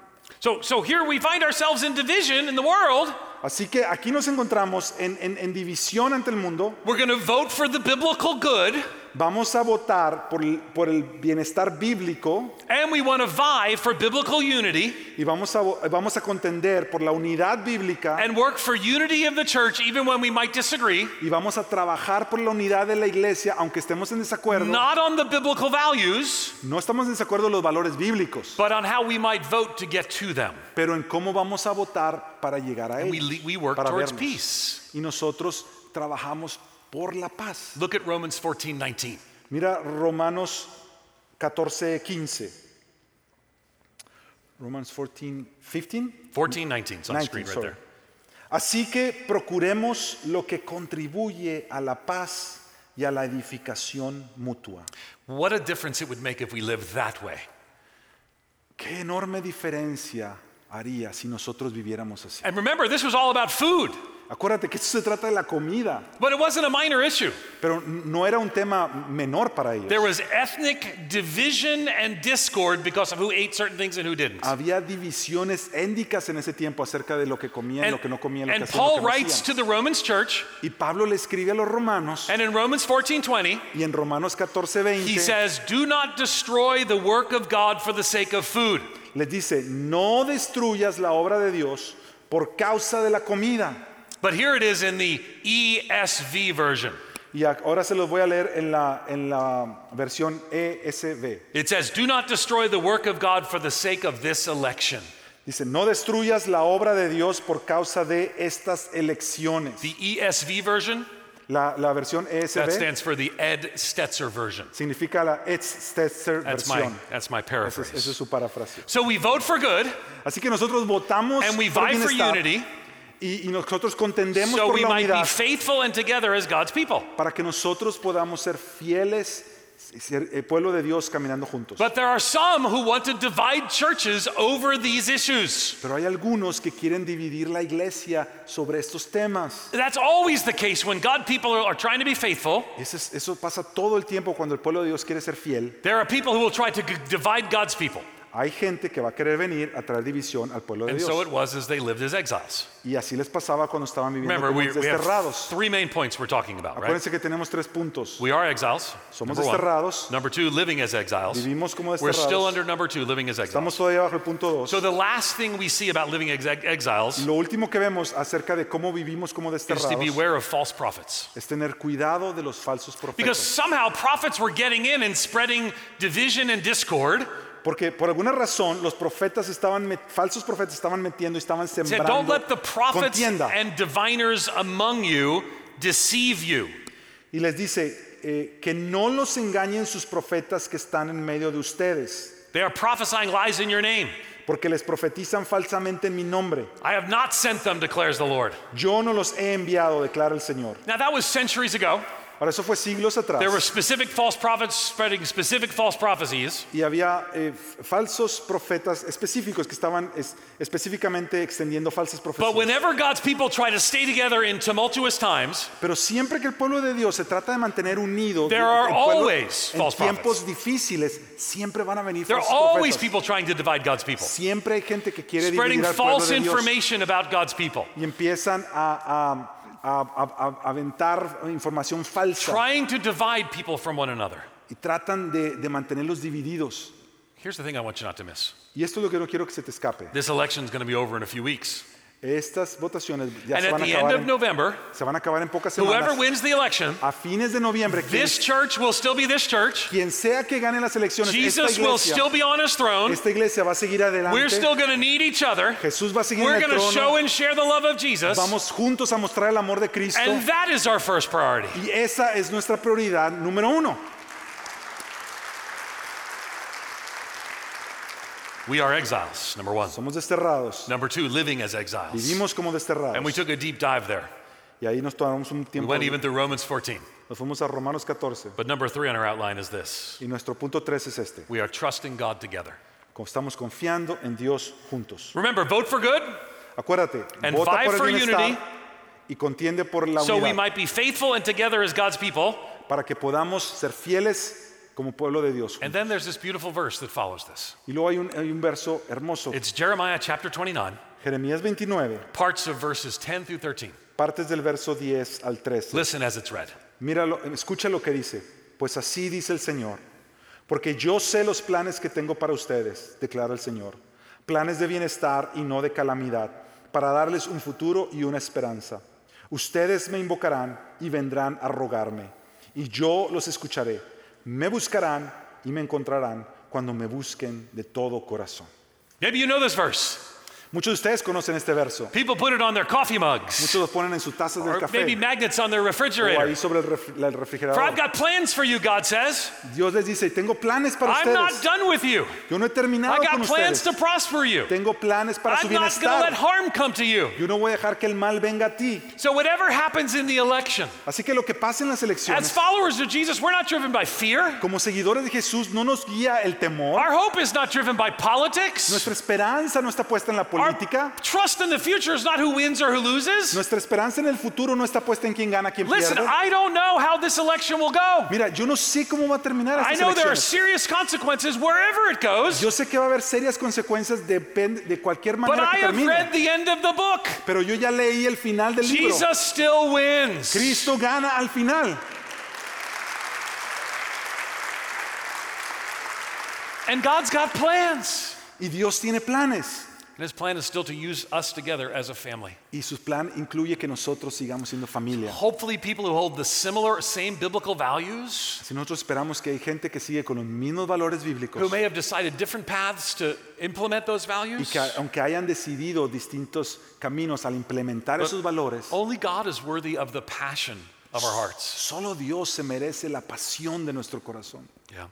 [SPEAKER 2] So, so here we find ourselves in division in the world.
[SPEAKER 1] Así que aquí nos encontramos en, en- en división ante el mundo,
[SPEAKER 2] We're going to vote for the biblical good,
[SPEAKER 1] Vamos a votar por, el- por el bienestar bíblico
[SPEAKER 2] and we want to vie for biblical unity
[SPEAKER 1] y vamos a, vo- vamos a contender por la unidad bíblica
[SPEAKER 2] and work for unity of the church even when we might disagree,
[SPEAKER 1] y vamos a trabajar por la unidad de la iglesia aunque estemos en desacuerdo.
[SPEAKER 2] not on the biblical values,
[SPEAKER 1] No estamos en desacuerdo en los valores bíblicos,
[SPEAKER 2] but on how we might vote to get to them.
[SPEAKER 1] pero en cómo vamos a votar para llegar a
[SPEAKER 2] And we,
[SPEAKER 1] ellos.
[SPEAKER 2] le- we work
[SPEAKER 1] para
[SPEAKER 2] towards
[SPEAKER 1] vernos.
[SPEAKER 2] peace.
[SPEAKER 1] Y nosotros trabajamos por la paz.
[SPEAKER 2] Look at Romans 14 19.
[SPEAKER 1] Mira Romanos 14, 15. Romans 14, 15.
[SPEAKER 2] 14 19 's on the
[SPEAKER 1] 19,
[SPEAKER 2] screen right
[SPEAKER 1] sorry.
[SPEAKER 2] there.
[SPEAKER 1] Así que procuremos lo que contribuye a la paz y a la edificación mutua.
[SPEAKER 2] What a difference it would make if we lived that way.
[SPEAKER 1] Qué enorme diferencia haría si nosotros viviéramos así.
[SPEAKER 2] And remember, this was all about food,
[SPEAKER 1] Acuérdate que esto se trata de la comida,
[SPEAKER 2] but it wasn't a minor issue.
[SPEAKER 1] pero no era un tema menor para ellos.
[SPEAKER 2] There was ethnic division and discord because of who ate certain things and who didn't.
[SPEAKER 1] Había divisiones éndicas en ese tiempo acerca de lo que comían,
[SPEAKER 2] And,
[SPEAKER 1] lo que no comían, lo
[SPEAKER 2] and
[SPEAKER 1] que hacían, lo
[SPEAKER 2] Paul
[SPEAKER 1] que no
[SPEAKER 2] writes
[SPEAKER 1] hacían.
[SPEAKER 2] to the Romans church,
[SPEAKER 1] Y Pablo le escribe a los romanos
[SPEAKER 2] and in Romans 14 20,
[SPEAKER 1] y en Romanos 14,
[SPEAKER 2] he
[SPEAKER 1] 20
[SPEAKER 2] says, Do not destroy the work of God for the sake of food.
[SPEAKER 1] les dice, no destruyas la obra de Dios por causa de la comida.
[SPEAKER 2] But here it is in the ESV version.
[SPEAKER 1] Y ac- ahora se los voy a leer en la, en la versión E ESV.
[SPEAKER 2] It says, Do not destroy the work of God for the sake of this election.
[SPEAKER 1] Dice, no destruyas la obra de Dios por causa de estas elecciones.
[SPEAKER 2] The ESV version,
[SPEAKER 1] La, la versión
[SPEAKER 2] that
[SPEAKER 1] ESV
[SPEAKER 2] stands for the Ed Stetzer version.
[SPEAKER 1] significa la Edstetzer
[SPEAKER 2] That's my,
[SPEAKER 1] versión.
[SPEAKER 2] that's my
[SPEAKER 1] Esa es, esa es
[SPEAKER 2] paraphrase.
[SPEAKER 1] su paráfrasis.
[SPEAKER 2] So we vote for good
[SPEAKER 1] Así que nosotros votamos
[SPEAKER 2] and we
[SPEAKER 1] por
[SPEAKER 2] vie for
[SPEAKER 1] bienestar
[SPEAKER 2] unity
[SPEAKER 1] y, y nosotros contendemos
[SPEAKER 2] so
[SPEAKER 1] por
[SPEAKER 2] we
[SPEAKER 1] la
[SPEAKER 2] might be
[SPEAKER 1] unidad
[SPEAKER 2] faithful and together as God's people.
[SPEAKER 1] para que nosotros podamos ser fieles, ser el pueblo de Dios caminando juntos.
[SPEAKER 2] But there are some who want to divide churches over these issues.
[SPEAKER 1] Pero hay algunos que quieren dividir la iglesia sobre estos temas.
[SPEAKER 2] That's always the case when God people are, are trying to be faithful.
[SPEAKER 1] Eso, es- eso pasa todo el tiempo cuando el pueblo de Dios quiere ser fiel.
[SPEAKER 2] There are people who will try to g- divide God's people.
[SPEAKER 1] Hay gente que va a querer venir a traer división al pueblo de
[SPEAKER 2] And
[SPEAKER 1] Dios.
[SPEAKER 2] so it was as they lived as exiles.
[SPEAKER 1] y así les pasaba cuando estaban viviendo
[SPEAKER 2] Remember,
[SPEAKER 1] como
[SPEAKER 2] we, we have
[SPEAKER 1] desterrados.
[SPEAKER 2] three main points we're talking about, right?
[SPEAKER 1] Acuérdense que tenemos tres puntos.
[SPEAKER 2] We are exiles.
[SPEAKER 1] Somos
[SPEAKER 2] number one.
[SPEAKER 1] desterrados.
[SPEAKER 2] Number two, living as exiles.
[SPEAKER 1] Vivimos como
[SPEAKER 2] We're still
[SPEAKER 1] desterrados.
[SPEAKER 2] under number two, living as exiles.
[SPEAKER 1] Estamos todavía bajo el punto dos.
[SPEAKER 2] So the last thing we see about living as ex- exiles
[SPEAKER 1] Lo último que vemos acerca de cómo vivimos como
[SPEAKER 2] is to
[SPEAKER 1] desterrados
[SPEAKER 2] beware of false prophets.
[SPEAKER 1] es tener cuidado de los falsos
[SPEAKER 2] Because
[SPEAKER 1] profetas.
[SPEAKER 2] somehow prophets were getting in and spreading division and discord.
[SPEAKER 1] Porque por alguna razón los profetas estaban, met- falsos profetas estaban metiendo y estaban
[SPEAKER 2] It Said, don't
[SPEAKER 1] sembrando
[SPEAKER 2] let the prophets
[SPEAKER 1] contienda.
[SPEAKER 2] and diviners among you deceive you.
[SPEAKER 1] Y les dice eh, que no los engañen sus profetas que están en medio de ustedes,
[SPEAKER 2] They are prophesying lies in your name.
[SPEAKER 1] porque les profetizan falsamente en mi nombre.
[SPEAKER 2] I have not sent them, declares the Lord.
[SPEAKER 1] Yo no los he enviado, declara el Señor.
[SPEAKER 2] Now, that was centuries ago.
[SPEAKER 1] Ahora, eso fue siglos atrás.
[SPEAKER 2] There were specific false prophets spreading specific false prophecies.
[SPEAKER 1] Y había eh, f- falsos profetas específicos que estaban es- específicamente extendiendo falsas
[SPEAKER 2] But
[SPEAKER 1] profecías.
[SPEAKER 2] whenever God's people try to stay together in tumultuous times,
[SPEAKER 1] Pero siempre que el pueblo de Dios se trata de mantener unido,
[SPEAKER 2] There
[SPEAKER 1] el
[SPEAKER 2] are
[SPEAKER 1] pueblo-
[SPEAKER 2] always
[SPEAKER 1] en
[SPEAKER 2] false
[SPEAKER 1] tiempos difíciles, siempre van a venir
[SPEAKER 2] there are
[SPEAKER 1] falsos
[SPEAKER 2] always
[SPEAKER 1] profetas.
[SPEAKER 2] people trying to divide God's people,
[SPEAKER 1] Siempre hay gente que quiere
[SPEAKER 2] spreading
[SPEAKER 1] dividir al pueblo
[SPEAKER 2] false
[SPEAKER 1] de Dios.
[SPEAKER 2] information about God's people,
[SPEAKER 1] y empiezan a, a- a- a- a- a aventar información falsa
[SPEAKER 2] trying to divide people from one another.
[SPEAKER 1] y tratan de, de mantenerlos divididos.
[SPEAKER 2] Here's the thing I want you not to miss
[SPEAKER 1] Y esto es lo que no quiero que se te escape.
[SPEAKER 2] this election's going to be over in a few weeks.
[SPEAKER 1] Estas votaciones ya
[SPEAKER 2] And
[SPEAKER 1] se
[SPEAKER 2] at
[SPEAKER 1] van, a
[SPEAKER 2] the end
[SPEAKER 1] acabar
[SPEAKER 2] of
[SPEAKER 1] en,
[SPEAKER 2] November,
[SPEAKER 1] se van a acabar en pocas
[SPEAKER 2] whoever
[SPEAKER 1] semanas.
[SPEAKER 2] wins the election,
[SPEAKER 1] A fines de noviembre, quien,
[SPEAKER 2] this church will still be this church.
[SPEAKER 1] quien sea que gane las elecciones, esta
[SPEAKER 2] Jesus will still
[SPEAKER 1] iglesia,
[SPEAKER 2] be on his throne.
[SPEAKER 1] esta iglesia va a seguir
[SPEAKER 2] We're
[SPEAKER 1] adelante.
[SPEAKER 2] still going to need each other.
[SPEAKER 1] Jesús va a seguir
[SPEAKER 2] We're
[SPEAKER 1] en el
[SPEAKER 2] going to show
[SPEAKER 1] trono.
[SPEAKER 2] and share the love of Jesus.
[SPEAKER 1] Vamos juntos a mostrar el amor de Cristo.
[SPEAKER 2] And that is our first priority.
[SPEAKER 1] Y esa es nuestra prioridad número uno.
[SPEAKER 2] We are exiles, number one.
[SPEAKER 1] Somos desterrados.
[SPEAKER 2] Number two, living as exiles.
[SPEAKER 1] Vivimos como
[SPEAKER 2] And we
[SPEAKER 1] desterrados.
[SPEAKER 2] took a deep dive there.
[SPEAKER 1] Y ahí nos tomamos un
[SPEAKER 2] We
[SPEAKER 1] tiempo.
[SPEAKER 2] went even through Romans 14.
[SPEAKER 1] Nos fuimos a Romanos 14
[SPEAKER 2] But number three on our outline is this
[SPEAKER 1] y nuestro punto 3 es este.
[SPEAKER 2] we are trusting God together.
[SPEAKER 1] Como Estamos confiando en Dios juntos.
[SPEAKER 2] Remember, vote for good
[SPEAKER 1] Acuérdate,
[SPEAKER 2] And
[SPEAKER 1] vota
[SPEAKER 2] vie
[SPEAKER 1] por el
[SPEAKER 2] for
[SPEAKER 1] bienestar
[SPEAKER 2] unity.
[SPEAKER 1] y contiende por la
[SPEAKER 2] so we
[SPEAKER 1] unidad
[SPEAKER 2] might be faithful and together as God's people.
[SPEAKER 1] para que podamos ser fieles como pueblo de Dios.
[SPEAKER 2] And then there's this beautiful verse that follows this
[SPEAKER 1] Y luego hay un, hay un verso hermoso,
[SPEAKER 2] it's Jeremiah chapter 29,
[SPEAKER 1] Jeremías 29,
[SPEAKER 2] parts of verses 10 through 13.
[SPEAKER 1] partes del verso 10 al 13.
[SPEAKER 2] Listen as it's read.
[SPEAKER 1] Míralo, escucha lo que dice. Pues así dice el Señor, porque yo sé los planes que tengo para ustedes, declara el Señor, planes de bienestar y no de calamidad, para darles un futuro y una esperanza. Ustedes me invocarán y vendrán a rogarme, y yo los escucharé. Me buscarán y me encontrarán cuando me busquen de todo corazón.
[SPEAKER 2] Maybe you know this verse.
[SPEAKER 1] Muchos de ustedes conocen este verso.
[SPEAKER 2] People put it on their coffee mugs,
[SPEAKER 1] Muchos lo ponen en sus tazas del
[SPEAKER 2] or maybe
[SPEAKER 1] café
[SPEAKER 2] magnets on their
[SPEAKER 1] o ahí
[SPEAKER 2] refrigerator.
[SPEAKER 1] sobre el, ref- el
[SPEAKER 2] For I've
[SPEAKER 1] refrigerador.
[SPEAKER 2] got plans for you, God says.
[SPEAKER 1] Dios les dice, tengo planes para
[SPEAKER 2] I'm not
[SPEAKER 1] ustedes.
[SPEAKER 2] done with you.
[SPEAKER 1] Yo no he
[SPEAKER 2] I
[SPEAKER 1] terminado con
[SPEAKER 2] got plans
[SPEAKER 1] ustedes.
[SPEAKER 2] to prosper you.
[SPEAKER 1] Tengo planes para su
[SPEAKER 2] I'm not going to let
[SPEAKER 1] bienestar.
[SPEAKER 2] harm come to you.
[SPEAKER 1] Yo no voy a dejar que el mal venga a ti.
[SPEAKER 2] So, whatever happens in the election,
[SPEAKER 1] Así que lo que pasa en las
[SPEAKER 2] as
[SPEAKER 1] elecciones,
[SPEAKER 2] followers of Jesus, we're not driven by fear.
[SPEAKER 1] como seguidores de Jesús, no nos guía el temor.
[SPEAKER 2] Our hope is not driven by politics.
[SPEAKER 1] Nuestra esperanza no está puesta en la
[SPEAKER 2] Our
[SPEAKER 1] política.
[SPEAKER 2] trust in the future is not who wins or who loses.
[SPEAKER 1] Nuestra esperanza en el futuro no está puesta en quién gana, quién
[SPEAKER 2] Listen,
[SPEAKER 1] pierde.
[SPEAKER 2] I don't know how this election will go.
[SPEAKER 1] Mira, yo no sé cómo va a terminar
[SPEAKER 2] I
[SPEAKER 1] estas
[SPEAKER 2] know there are
[SPEAKER 1] elecciones.
[SPEAKER 2] serious consequences wherever it goes,
[SPEAKER 1] Yo sé que va a haber serias consecuencias depende- de cualquier
[SPEAKER 2] but
[SPEAKER 1] manera
[SPEAKER 2] I
[SPEAKER 1] que
[SPEAKER 2] have read
[SPEAKER 1] termine.
[SPEAKER 2] the end of the book.
[SPEAKER 1] Pero yo ya leí el final del libro.
[SPEAKER 2] Jesus still wins.
[SPEAKER 1] Cristo gana al final.
[SPEAKER 2] And God's got plans.
[SPEAKER 1] Y Dios tiene planes.
[SPEAKER 2] And his plan is still to use us together as a family.
[SPEAKER 1] Y su plan incluye que nosotros sigamos siendo familia.
[SPEAKER 2] Hopefully, people who hold the similar, same biblical values,
[SPEAKER 1] Si nosotros esperamos que hay gente que sigue con los mismos valores
[SPEAKER 2] who
[SPEAKER 1] bíblicos
[SPEAKER 2] may have decided different paths to implement those
[SPEAKER 1] y
[SPEAKER 2] values,
[SPEAKER 1] que aunque hayan decidido distintos caminos al implementar esos valores,
[SPEAKER 2] only God is worthy of the passion of our hearts.
[SPEAKER 1] solo Dios se merece la pasión de nuestro corazón.
[SPEAKER 2] Yeah.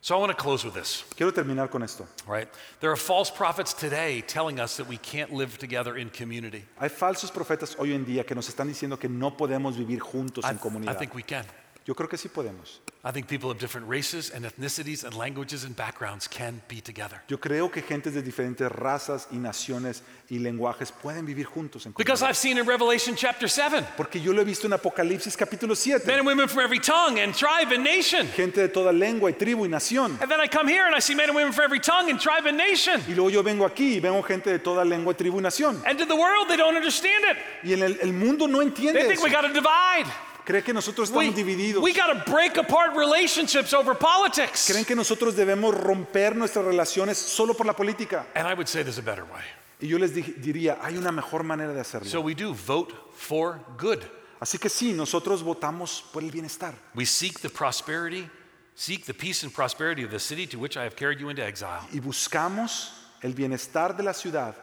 [SPEAKER 2] So I want to close with this,
[SPEAKER 1] Quiero terminar con esto.
[SPEAKER 2] right? There are false prophets today telling us that we can't live together in community.
[SPEAKER 1] Hay falsos profetas hoy en día que nos están diciendo que no podemos vivir juntos
[SPEAKER 2] I,
[SPEAKER 1] en
[SPEAKER 2] I
[SPEAKER 1] comunidad.
[SPEAKER 2] think we can.
[SPEAKER 1] Yo creo que sí podemos.
[SPEAKER 2] I think people of different races and ethnicities and languages and backgrounds can be together.
[SPEAKER 1] Yo creo que gentes de diferentes razas y naciones y lenguajes pueden vivir juntos en
[SPEAKER 2] Because
[SPEAKER 1] comunidad.
[SPEAKER 2] I've seen in Revelation chapter 7
[SPEAKER 1] Porque yo lo he visto en Apocalipsis capítulo
[SPEAKER 2] men
[SPEAKER 1] 7.
[SPEAKER 2] and women from every tongue and tribe and nation.
[SPEAKER 1] Gente de toda lengua y tribu y nación.
[SPEAKER 2] And then I come here and I see men and women from every tongue and tribe and nation.
[SPEAKER 1] Y luego yo vengo aquí y veo gente de toda lengua, tribu y nación.
[SPEAKER 2] And to the world, they don't understand it.
[SPEAKER 1] Y en el, el mundo no entiende
[SPEAKER 2] They think
[SPEAKER 1] eso.
[SPEAKER 2] we got to divide.
[SPEAKER 1] Cree que nosotros
[SPEAKER 2] We,
[SPEAKER 1] estamos divididos.
[SPEAKER 2] we got to break apart relationships over politics.
[SPEAKER 1] Creen que nosotros debemos romper nuestras relaciones solo por la política.
[SPEAKER 2] And I would say there's a better way.
[SPEAKER 1] Y yo les di- diría, hay una mejor manera de
[SPEAKER 2] So
[SPEAKER 1] hacerlo.
[SPEAKER 2] we do vote for good.
[SPEAKER 1] Así que sí, nosotros votamos por el bienestar.
[SPEAKER 2] We seek the prosperity, seek the peace and prosperity of the city to which I have carried you into exile.
[SPEAKER 1] Y buscamos el bienestar de la ciudad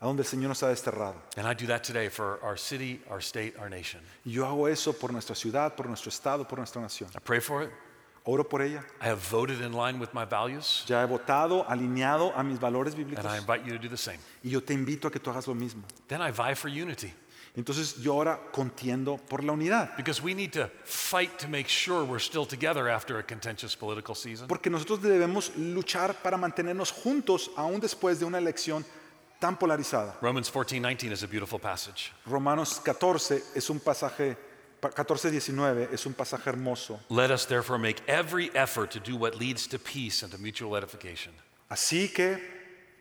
[SPEAKER 1] a donde el Señor nos ha desterrado.
[SPEAKER 2] And I do that today for our city, our state, our nation.
[SPEAKER 1] Y yo hago eso por nuestra ciudad, por nuestro estado, por nuestra nación.
[SPEAKER 2] I pray for it.
[SPEAKER 1] Oro por ella.
[SPEAKER 2] I have voted in line with my values,
[SPEAKER 1] Ya he votado, alineado a mis valores
[SPEAKER 2] and
[SPEAKER 1] bíblicos.
[SPEAKER 2] I invite you to do the same.
[SPEAKER 1] Y yo te invito a que tú hagas lo mismo.
[SPEAKER 2] Then I vie for unity.
[SPEAKER 1] Entonces yo ahora contiendo por la unidad,
[SPEAKER 2] Because we need to fight to make sure we're still together after a contentious political season.
[SPEAKER 1] porque nosotros debemos luchar para mantenernos juntos aún después de una elección tan polarizada.
[SPEAKER 2] Romans 14 19 is a beautiful passage.
[SPEAKER 1] Romanos 14 es un pasaje 14:19 es un pasaje hermoso.
[SPEAKER 2] Let us therefore make every effort to do what leads to peace and to mutual edification.
[SPEAKER 1] Así que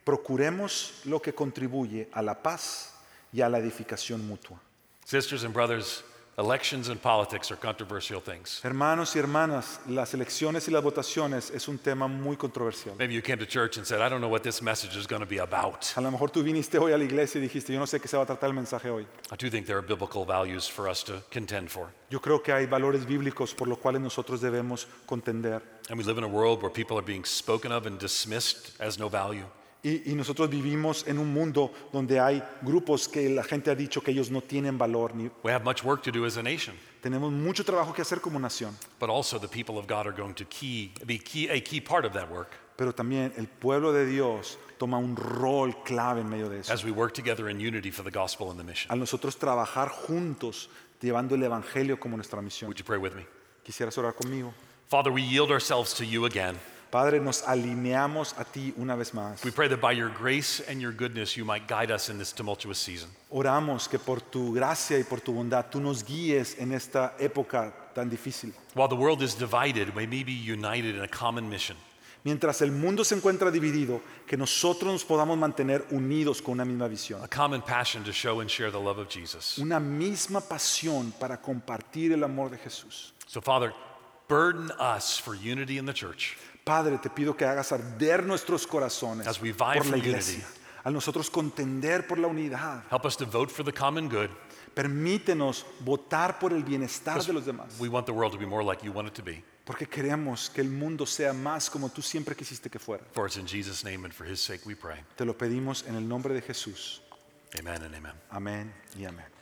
[SPEAKER 1] procuremos lo que contribuye a la paz y a la edificación mutua.
[SPEAKER 2] Sisters and brothers, elections and politics are controversial things.
[SPEAKER 1] Hermanos y hermanas, las elecciones y las votaciones es un tema muy controversial.
[SPEAKER 2] Maybe you came to church and said, I don't know what this message is going to be about.
[SPEAKER 1] A lo mejor tú viniste hoy a la iglesia y dijiste, yo no sé qué se va a tratar el mensaje hoy.
[SPEAKER 2] I do think there are biblical values for us to contend for.
[SPEAKER 1] Yo creo que hay valores bíblicos por los cuales nosotros debemos contender.
[SPEAKER 2] And we live in a world where people are being spoken of and dismissed as no value.
[SPEAKER 1] Y, y nosotros vivimos en un mundo donde hay grupos que la gente ha dicho que ellos no tienen valor. Ni,
[SPEAKER 2] We have much work to do as a nation.
[SPEAKER 1] tenemos mucho trabajo que hacer como nación,
[SPEAKER 2] But also, the people of God are going to key, be key, a key part of that work
[SPEAKER 1] pero también el pueblo de Dios toma un rol clave en medio de eso.
[SPEAKER 2] as we work together in unity for the gospel and the mission.
[SPEAKER 1] Al nosotros trabajar juntos, llevando el Evangelio como nuestra misión.
[SPEAKER 2] Would you pray with me?
[SPEAKER 1] Quisieras orar conmigo.
[SPEAKER 2] Father, we yield ourselves to you again.
[SPEAKER 1] Padre, nos alineamos a ti una vez más.
[SPEAKER 2] We pray that by your grace and your goodness, you might guide us in this tumultuous season.
[SPEAKER 1] Oramos que por tu gracia y por tu bondad tú nos guíes en esta época tan difícil.
[SPEAKER 2] While the world is divided, we may be united in a common mission.
[SPEAKER 1] Mientras el mundo se encuentra dividido, que nosotros nos podamos mantener unidos con una misma visión.
[SPEAKER 2] a common passion to show and share the love of Jesus.
[SPEAKER 1] Una misma pasión para compartir el amor de Jesús.
[SPEAKER 2] So, Father, burden us for unity in the church
[SPEAKER 1] Padre, te pido que hagas arder nuestros corazones
[SPEAKER 2] As we vie
[SPEAKER 1] por
[SPEAKER 2] for
[SPEAKER 1] la
[SPEAKER 2] unity.
[SPEAKER 1] iglesia. Al nosotros contender por la unidad,
[SPEAKER 2] help us to vote for the common good
[SPEAKER 1] permítenos votar por el bienestar
[SPEAKER 2] Because
[SPEAKER 1] de los demás,
[SPEAKER 2] we want the world to be more like you want it to be
[SPEAKER 1] porque queremos que el mundo sea más como tú siempre quisiste que fuera.
[SPEAKER 2] for it's in jesus name and for his sake we pray
[SPEAKER 1] Te lo pedimos en el nombre de Jesús.
[SPEAKER 2] amen and amen
[SPEAKER 1] Amén y amén.